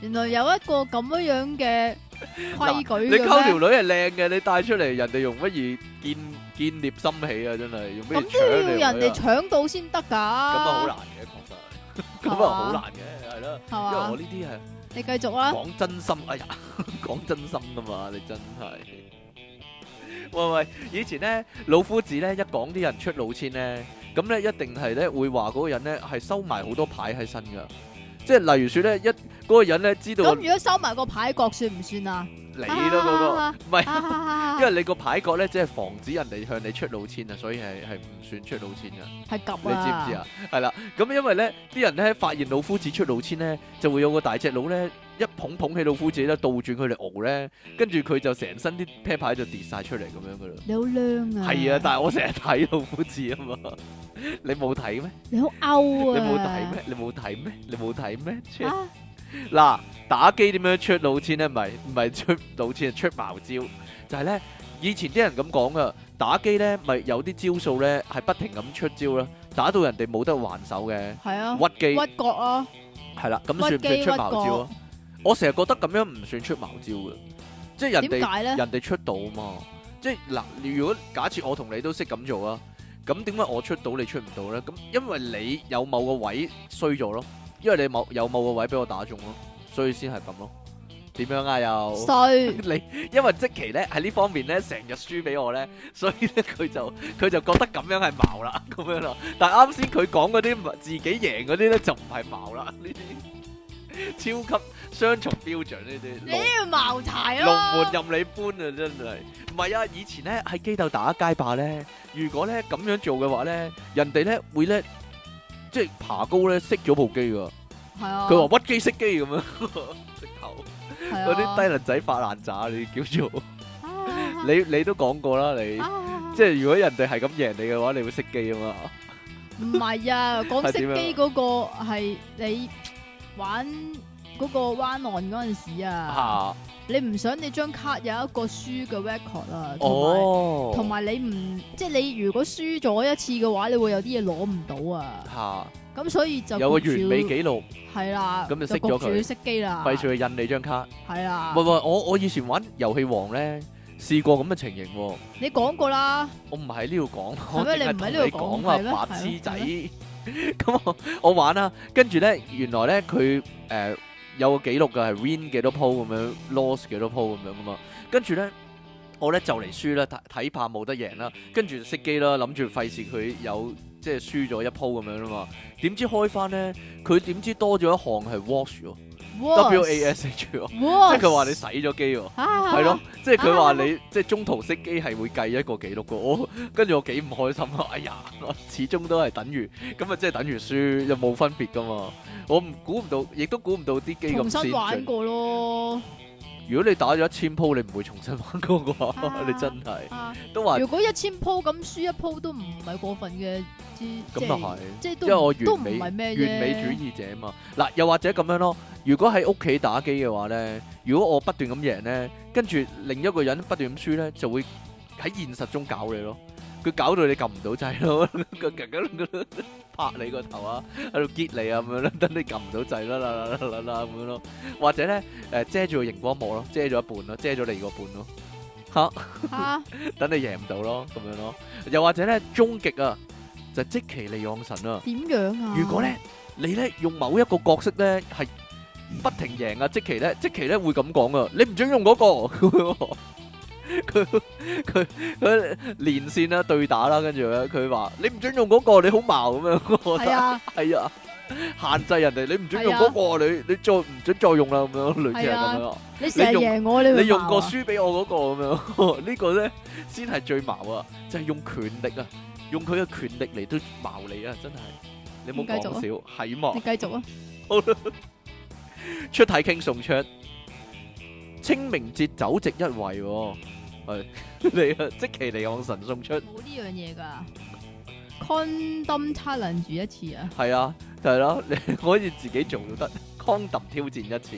A: 原來有一個咁樣樣嘅規矩
B: 你溝
A: 嘅
B: 條
A: 咩？
B: 女係靚嘅，你帶出嚟人哋用乜嘢見見獵心起啊，真係用乜嘢
A: 咁都
B: 搶
A: 要
B: <laughs> 你
A: 人
B: 女
A: 哋
B: 啊，
A: 搶到先得㗎。咁啊
B: 咁啊好難嘅， <laughs> 確實，咁啊好難嘅，係啦。
A: 係
B: 因為
A: 嘛？
B: 我呢啲係
A: 你繼續啦。
B: 講真心，哎呀， <laughs> 講真心噶嘛，你真係。喂喂，以前咧老夫子咧一講啲人出老千咧，咁咧一定係咧會話嗰個人咧係收埋好多牌喺身噶，即即係例如說咧，一嗰個人咧知道
A: 咁如果收埋個牌角算唔算啊？
B: 你咯嗰個，唔係。
A: 哈哈哈
B: 因為你個牌角咧，只係防止人哋向你出老千啊，所以係係唔算出老千噶，
A: 係咁啊！
B: 你知唔知啊？係啦，咁因為咧，啲人咧發現老夫子出老千咧，就會有個大隻佬咧一捧捧起老夫子咧，倒轉佢嚟熬咧，跟住佢就成身啲啤牌就跌晒出嚟咁樣噶啦。
A: 你好靚啊！
B: 係啊，但係我成日睇老夫子啊嘛， <laughs> 你冇睇咩？
A: 你好勾
B: 你
A: 啊！
B: 冇睇咩？你冇睇咩？你冇睇咩？切
A: 啊？
B: 嗱，打機點樣出老千咧？唔係唔係出老千，係出茅招。就係咧，以前啲人咁講噶，打機咧咪有啲招數咧係不停咁出招啦，打到人哋冇得還手嘅，
A: 係啊！
B: 屈機
A: 屈角啊！
B: 係啦，咁算
A: 屈
B: 唔算
A: 機屈
B: 出茅招啊
A: 角？，
B: 我成日覺得咁樣唔算出茅招嘅，即係人
A: 點
B: 哋
A: 解咧？
B: 人哋出到啊嘛，即係嗱，如果假設我同你都識咁做啊，咁點解我出到你出唔到咧？咁因為你有某個位衰咗咯，因為你某有某個位俾我打中咯，所以先係咁咯。點樣啊又？
A: 衰
B: <laughs> 你因為即期咧喺呢方面咧成日輸俾我咧， <laughs> 所以咧佢就佢就覺得咁樣係矛啦， <laughs> 咁樣咯。但係啱先佢講嗰啲唔係自己贏嗰啲咧就唔係矛啦，呢啲 <laughs> 超級雙重標準呢
A: 你
B: 啲
A: 呢
B: 龍
A: 個茅台
B: 龍
A: 咯
B: 門！任你搬啊，真係唔係啊！以前咧喺機鬥打街霸咧，如果咧咁樣做嘅話咧，人哋咧會咧即係爬高咧熄咗部機噶，
A: 係啊！
B: 佢話屈機熄機咁樣， <laughs> 直頭
A: 係啊
B: 嗰啲低能仔發爛渣，你叫做。
A: 啊
B: 你你都講過啦，你
A: 啊
B: 即係如果人哋係咁贏你嘅話，你會熄機啊嘛。
A: 唔係
B: <laughs>
A: 啊，講
B: 係
A: 熄
B: 點
A: 機
B: 樣
A: 嗰個係你玩嗰個彎岸嗰陣時啊，
B: 嚇
A: 你唔想你張卡有一個輸嘅 record 啊，同
B: 哦
A: 埋，同埋你唔即係你如果輸咗一次嘅話，你會有啲嘢攞唔到啊，
B: 嚇
A: 咁所以就
B: 有個
A: 焗住啊
B: 完美記錄，
A: 係啦，
B: 咁就熄
A: 焗
B: 咗佢
A: 住要熄機啦，
B: 費事去印你張卡。
A: 係啦
B: 喂，喂，我我以前玩遊戲王咧，試過咁嘅情形喎。
A: 你講過啦，
B: 我唔喺呢度講，我
A: 咩
B: 淨
A: 你
B: 係
A: 唔喺
B: 同
A: 呢
B: 你
A: 度講係咩
B: 講啊，白痴仔。 <laughs> 咁我我玩啦，跟住咧，原來咧佢誒有個記錄嘅係 win 幾多鋪咁樣，loss 幾多鋪咁樣噶嘛。跟住咧，我咧就嚟輸啦，睇睇怕冇得贏啦。跟住就熄機啦，諗住費事佢有即係輸咗一鋪咁樣啦嘛。點知開翻咧，佢點知多咗一項係 wash 喎，W A S H 喎，
A: 哇，
B: 即係佢話你洗咗機喎。
A: 係 <laughs>
B: 係咯，，即係佢話
A: 啊
B: 你即係中途熄機係會計一個記錄嘅，我 <laughs> 跟住我幾唔開心啊！哎呀，我始終都係等於咁啊，即係等於輸又冇分別噶嘛。我唔估唔到，亦都估唔到啲機
A: 重
B: 咁
A: 新
B: 先
A: 玩
B: 進。
A: 過咯。
B: 如果你打咗一千鋪，你唔會重新玩過
A: 啊
B: 啩？ <laughs> 你真係
A: 啊
B: 都話
A: 如果一千鋪咁輸一鋪都唔係過分嘅，之
B: 咁又係，
A: 即係
B: 因為
A: 都
B: 我
A: 唔都唔
B: 完美
A: 係咩啫
B: 完美主義者嘛。嗱，又或者咁樣咯。如果喺屋企打機嘅話咧，如果我不斷咁贏咧，跟住另一個人不斷咁輸咧，就會喺現實中搞你咯。佢搞到你撳唔到掣咯，佢咁 <laughs> 樣拍你個頭啊，喺度激你啊咁樣 <laughs> 啦，等你撳唔到掣啦啦啦啦啦啦咁樣咯。或者咧誒遮住個熒光幕咯，遮咗一半咯，遮咗你個半咯。 <laughs>
A: 嚇，
B: 等你贏唔到咯，咁樣咯。又或者咧，終極啊，就即其利養神啊。
A: 點樣啊？
B: 如果咧，你咧用某一個角色咧係不停贏啊，即其咧，即其咧會咁講啊，你唔准用嗰、個。佢佢佢連線啦，對打啦，跟住咧佢話你唔准用嗰、個，你好矛咁樣。我覺 <laughs>
A: 係
B: 得
A: 啊，
B: 係啊，限制人哋，你唔准用嗰、個，你你再唔准再用啦，咁樣類似係咁樣啊。
A: 你成日
B: 你用
A: 贏我，你會
B: 你用
A: 鬧啊
B: 個輸俾我嗰個咁樣，呢個咧先係最矛啊！就係用權力啊，用佢嘅權力嚟都矛你啊！真係，你冇講
A: 咁繼
B: 少，係嘛
A: 你？繼續啊，
B: 出體傾送出清明節酒席一位喎，係 <laughs> 你啊！即其嚟往神送出，
A: 冇呢樣嘢㗎。Condom challenge 一次啊，
B: 係啊，就係 <laughs> 啦，你可以自己做都得。condom 挑戰一次，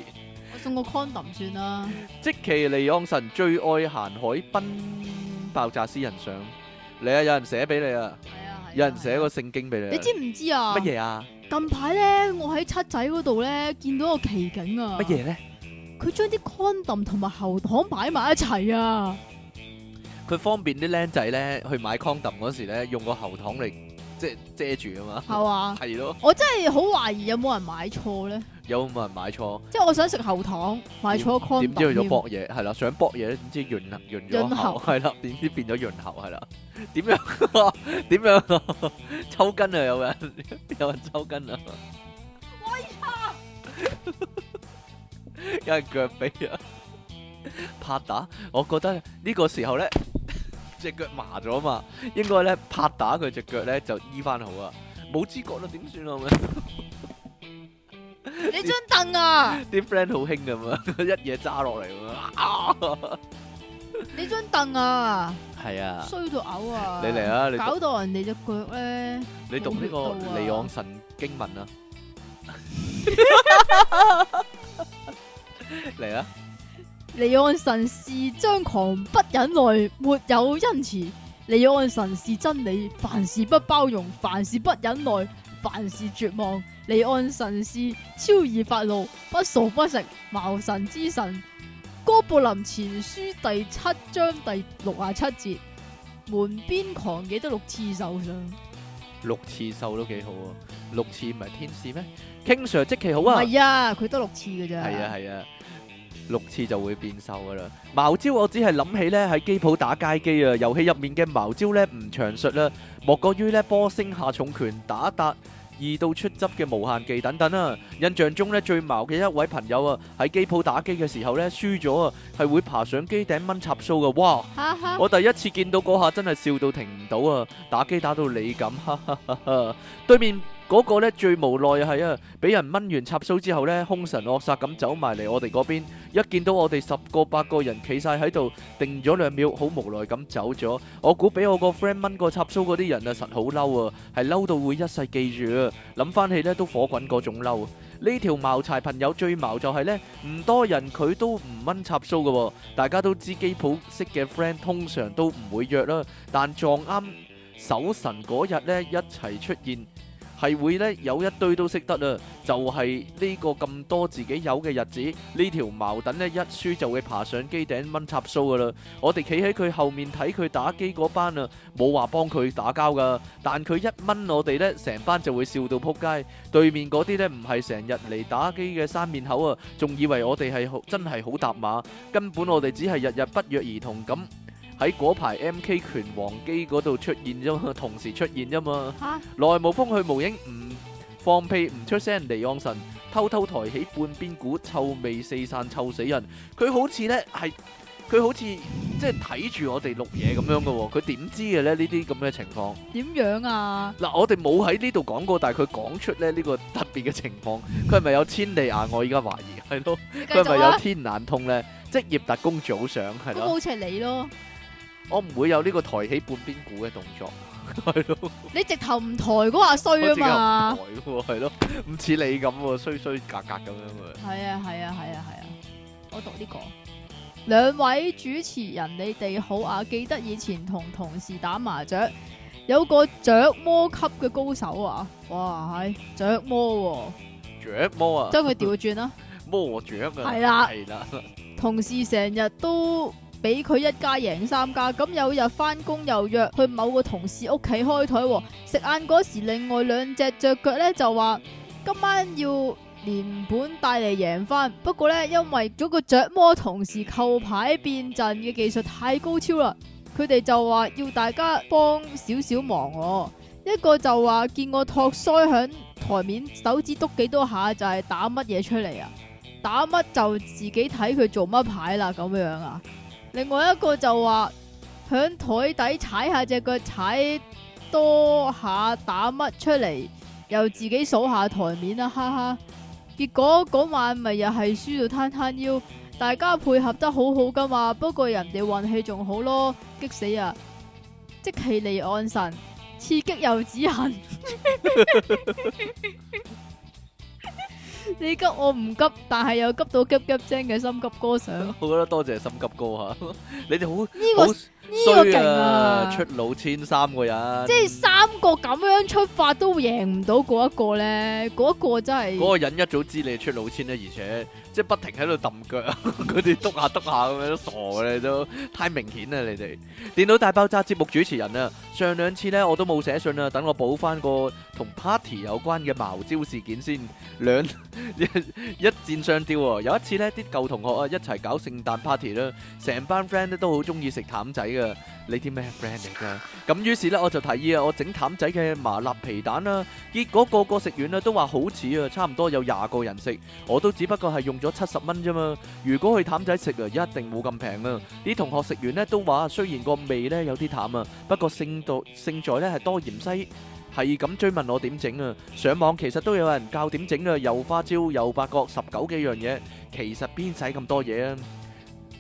A: 我送個 condom 算啦。
B: 即其嚟往神最愛行海濱爆炸私人相，你啊有人寫俾你啊，
A: 係啊，係啊
B: 有人寫個聖經俾你啊，
A: 你知唔知啊？
B: 乜嘢啊？
A: 近排咧，我喺七仔嗰度咧見到個奇景啊！
B: 乜？嘢咧？
A: 佢將啲 condom 同埋喉糖擺埋一齊啊！
B: 佢方便啲僆仔咧去買 condom 嗰時咧，用個喉糖嚟即係遮住啊嘛。
A: 係嘛？
B: 係咯，
A: 我真係好懷疑有冇人買錯咧，
B: 有冇人買錯？
A: 即係我想食喉糖，買錯個 condom
B: 點知去咗
A: 添
B: 搏嘢？係啦，想搏嘢咧，點知潤啦，潤咗
A: 潤
B: 喉
A: 喉
B: 係啦，點知變咗潤喉係啦？點 <laughs> 樣？點樣？抽筋啊！有人有人抽筋啊！有人腳髀啊，拍打，我覺得呢個時候 <laughs> 咧，只腳麻咗嘛，應該咧拍打佢只腳咧就醫翻好啊，冇知覺啦點算啊？ <laughs> 咁
A: 你
B: 樣
A: 張凳啊，
B: 啲 friend à 好興咁 <laughs> 啊，一嘢揸落嚟咁啊，
A: 你張凳啊，
B: 係啊，
A: 衰到嘔啊！
B: 你嚟啊，你讀
A: 搞到人哋只腳咧，
B: 你讀呢
A: 冇血到
B: 個
A: 啊
B: 利昂神經文
A: <laughs>
B: 啊，嚟啊！
A: 離岸神是張狂不忍耐，沒有恩慈；離岸神是真理，凡事不包容，凡事不忍耐，凡事絕望。離岸神是超而發怒，不傻不食，茅神之神。哥布林前書第七章第六啊七節，門邊狂記得六次受傷。
B: 六次瘦都幾好啊！六次唔係天使咩？King Sir 即期好
A: 唔
B: 啊！
A: 係啊，佢得六次嘅咋。
B: 係啊係啊，六次就會變瘦噶啦。茅招我只係諗起咧喺機鋪打街機啊，遊戲入面嘅茅招咧唔詳述啦，莫過於咧波星下重拳打達。二到出汁嘅無限技等等啊！印象中咧最矛嘅一位朋友啊，喺機鋪打機嘅時候咧輸咗啊，係會爬上機頂掹插蘇嘅，哇！
A: 哈哈，
B: 我第一次見到嗰下真係笑到停唔到啊！打機打到你咁，哈哈哈哈！對面嗰個呢最無奈係啊，俾人掹完插蘇之後呢，兇神惡煞咁走埋嚟我哋嗰邊，一見到我哋十個八個人企晒喺度，定咗兩秒，好無奈咁走咗。我估俾我個 friend 掹個插蘇嗰啲人啊，實好嬲啊，係嬲到會一世記住啊！諗翻起呢都火滾嗰種嬲。啊呢條茅柴朋友最矛就係呢，唔多人佢都唔掹插蘇嘅喎。大家都知基普識嘅 friend 通常都唔會約啦，但撞啱守神嗰日呢，一齊出現，係會呢有一堆都識得啦。就係呢個咁多自己有嘅日子，呢條矛盾呢，一輸就會爬上機頂掹插蘇噶啦。我哋企喺佢後面睇佢打機嗰班啊，冇話幫佢打交噶，但佢一掹我哋呢，成班就會笑到撲街。對面嗰啲呢，唔係成日嚟打機嘅生面口啊，仲以為我哋係好真係好搭馬。根本我哋只係日日不約而同咁喺嗰排 M.K. 拳王機嗰度出現啫嘛，同時出現啫嘛。
A: 哈
B: 內無風去無影，唔放屁唔出聲，離岸神偷偷抬起半邊股，臭味四散，臭死人。佢好似呢係，佢好似即係睇住我哋錄嘢咁樣嘅喎，佢點知嘅呢？呢啲咁嘅情況。
A: 點樣啊？
B: 嗱，我哋冇喺呢度講過，但係佢講出咧呢個特別嘅情況，佢係咪有千里眼？我而家懷疑係咯，
A: 你繼
B: <laughs> 佢係咪
A: 續
B: 有
A: 啊！
B: 天眼通呢？職業特工組長係
A: 咁
B: 咯。
A: 好似係你咯，
B: 我唔會有呢個抬起半邊股嘅動作，係咯，
A: 你直頭唔抬嗰下
B: 我
A: 衰
B: 自
A: 啊
B: 己
A: 嘛。
B: 又唔抬喎，係咯， <laughs> 唔似你咁喎，衰衰格格咁樣
A: 係
B: 喎。
A: 啊係啊係啊係啊，我讀呢、個兩位主持人，你哋好啊！記得以前同同事打麻雀，有個雀魔級嘅高手啊！哇，係雀魔
B: 雀魔
A: 喎，
B: 啊，
A: 將佢調轉啦。
B: 魔雀啊，
A: 係啦
B: 係啦， <laughs>
A: 同事成日都俾佢一家贏三家，咁有日翻工又約去某個同事屋企開台喎，食晏嗰時另外兩隻雀腳咧就話今晚要連本帶嚟贏翻，不過咧因為嗰個雀魔同事扣牌變陣嘅技術太高超啦，佢哋就話要大家幫少少忙我，一個就話見我托腮響台面手指篤幾多下就係打乜嘢出嚟啊！打乜就自己睇佢做乜牌啦，咁樣啊。另外一個就話響台底踩下只腳，踩多下打乜出嚟，又自己數下台面啦，哈哈。結果嗰晚咪又係輸到攤攤腰，大家配合得好好噶嘛，不過人哋運氣仲好咯，激死啊！即氣離岸神，刺激又止痕。你急我唔急，但係又急到急急聲嘅心急歌上，呢、
B: 好啦，多謝心急哥嚇， <laughs> 你哋好
A: 個
B: 好
A: 呢個
B: 衰
A: 勁
B: 啊，
A: 啊！
B: 出老千三個人，
A: 即係三個咁樣出發都贏唔到嗰一個咧，嗰一個真係
B: 嗰個人一早知你出老千啦，而且即係不停喺度揼腳啊，佢哋篤下篤下咁樣都傻嘅，你都太明顯啦！你哋電腦大爆炸節目主持人啊，上兩次呢我都冇寫信啊，等我補翻個同 <laughs> party 有關嘅茅招事件先。兩一箭雙雕喎！有一次呢啲舊同學啊一齊搞聖誕 party 啦，成班 friend 咧都好中意食淡仔噶。你啲咩 friend 嚟㗎？咁於是呢，我就提議啊，我整淡仔嘅麻辣皮蛋啦。結果個個食完啦都話好似啊，差唔多有廿個人食，我都只不過係用咗七十蚊啫嘛。如果去淡仔食啊，一定冇咁平啊！啲同學食完呢都話，雖然個味呢有啲淡啊，不過勝在勝在呢係多芫茜。係咁追問我點整啊！上網其實都有人教點整啊，又花椒又八角，十九幾樣嘢，其實邊使咁多嘢啊？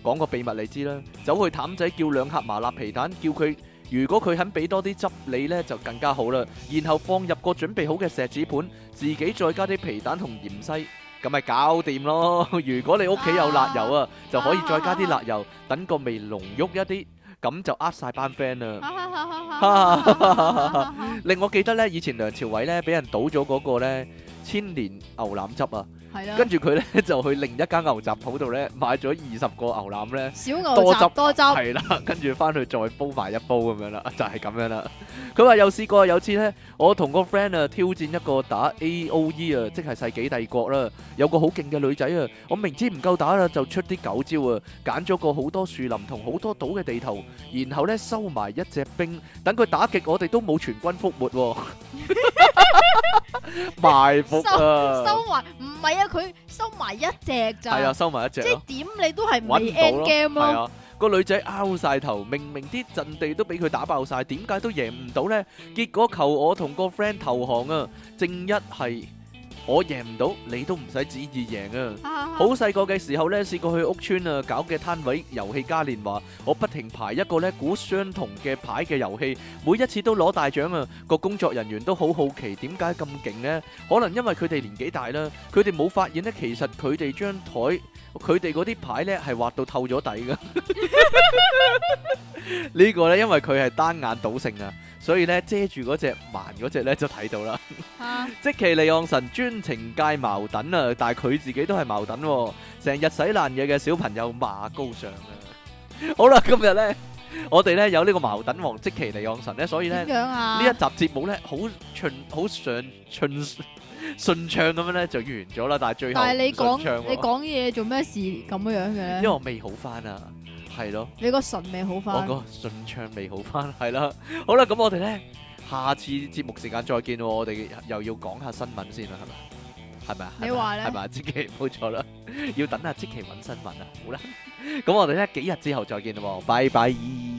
B: 講個秘密你知啦，走去淡仔叫兩盒麻辣皮蛋，叫佢如果佢肯俾多啲汁你呢，就更加好啦。然後放入個準備好嘅錫紙盤，自己再加啲皮蛋同芫茜，咁咪搞掂咯。如果你屋企有辣油啊，就可以再加啲辣油，等個味濃郁一啲，咁就呃晒班 friend 啦。令我記得咧，以前梁朝偉咧俾人倒咗嗰個咧千年牛腩汁啊，
A: 係啦
B: 跟，住佢咧就去另一間牛雜鋪度咧買咗二十個牛腩咧，
A: 小牛
B: 多汁
A: 雜多汁，
B: 係啦，跟住翻去再煲埋一煲咁樣啦， <laughs> 就係、咁樣啦。佢話有試過有次咧，我同個 friend 啊挑戰一個打 A O E 啊，即係世紀帝國啦，有個好勁嘅女仔啊，我明知唔夠打啦，就出啲狗招啊，揀咗個好多樹林同好多島嘅地頭，然後咧收埋一隻兵，等佢打極我哋都冇全軍覆沒
A: <laughs>
B: 喎、 <laughs> 埋伏啊，
A: 收埋唔係啊，佢收埋一隻咋，
B: 係啊，收埋一隻
A: 即
B: 咯
A: 係。點你都係
B: 搵
A: 未
B: 唔到
A: end
B: 咯，
A: game
B: 係
A: 咯，
B: 啊，個女仔拗晒頭，明明啲陣地都俾佢打爆晒，點解都贏唔到呢？結果求我同個 friend 投降啊！正一係我贏唔到，你都唔使旨意贏啊！好細個嘅時候呢，試過去屋村啊搞嘅攤位遊戲嘉年華，我不停排一個呢估相同嘅牌嘅遊戲，每一次都攞大獎啊！個工作人員都好好奇點解咁勁呢？可能因為佢哋年紀大啦，佢哋冇發現呢，其實佢哋張台佢哋嗰啲牌呢係畫到透咗底噶。呢個呢，因為佢係單眼賭聖啊，所以呢，遮住嗰只盲嗰只呢就睇到啦。
A: 啊
B: 即其利昂神專情界矛盾啊，但係佢自己都係矛盾、喎，成日洗爛嘢嘅小朋友馬高上啊！ <laughs> 好啦，今日呢，我哋呢有呢個矛盾王即其利昂神呢，所以呢
A: 點，樣啊？
B: 呢一集節目呢，好順好順順順暢咁樣呢就完咗啦，但係最後
A: 但係你
B: 講
A: 講你講啊嘢做咩事咁樣樣嘅
B: 因為
A: 咧？
B: 我未好翻啊，係咯。
A: 你個唇未好
B: 我
A: 翻
B: 哦個，順暢未好翻，係啦。 <laughs> 好啦，咁我哋咧下次節目時間再見喎。我哋又要講下新聞先啦，係咪？係咪啊？
A: 你話呢
B: 係咪啊？即期冇錯啦， <laughs> 要等阿即期揾新聞啊。好啦，咁我哋咧幾日之後再見啦喎，拜拜。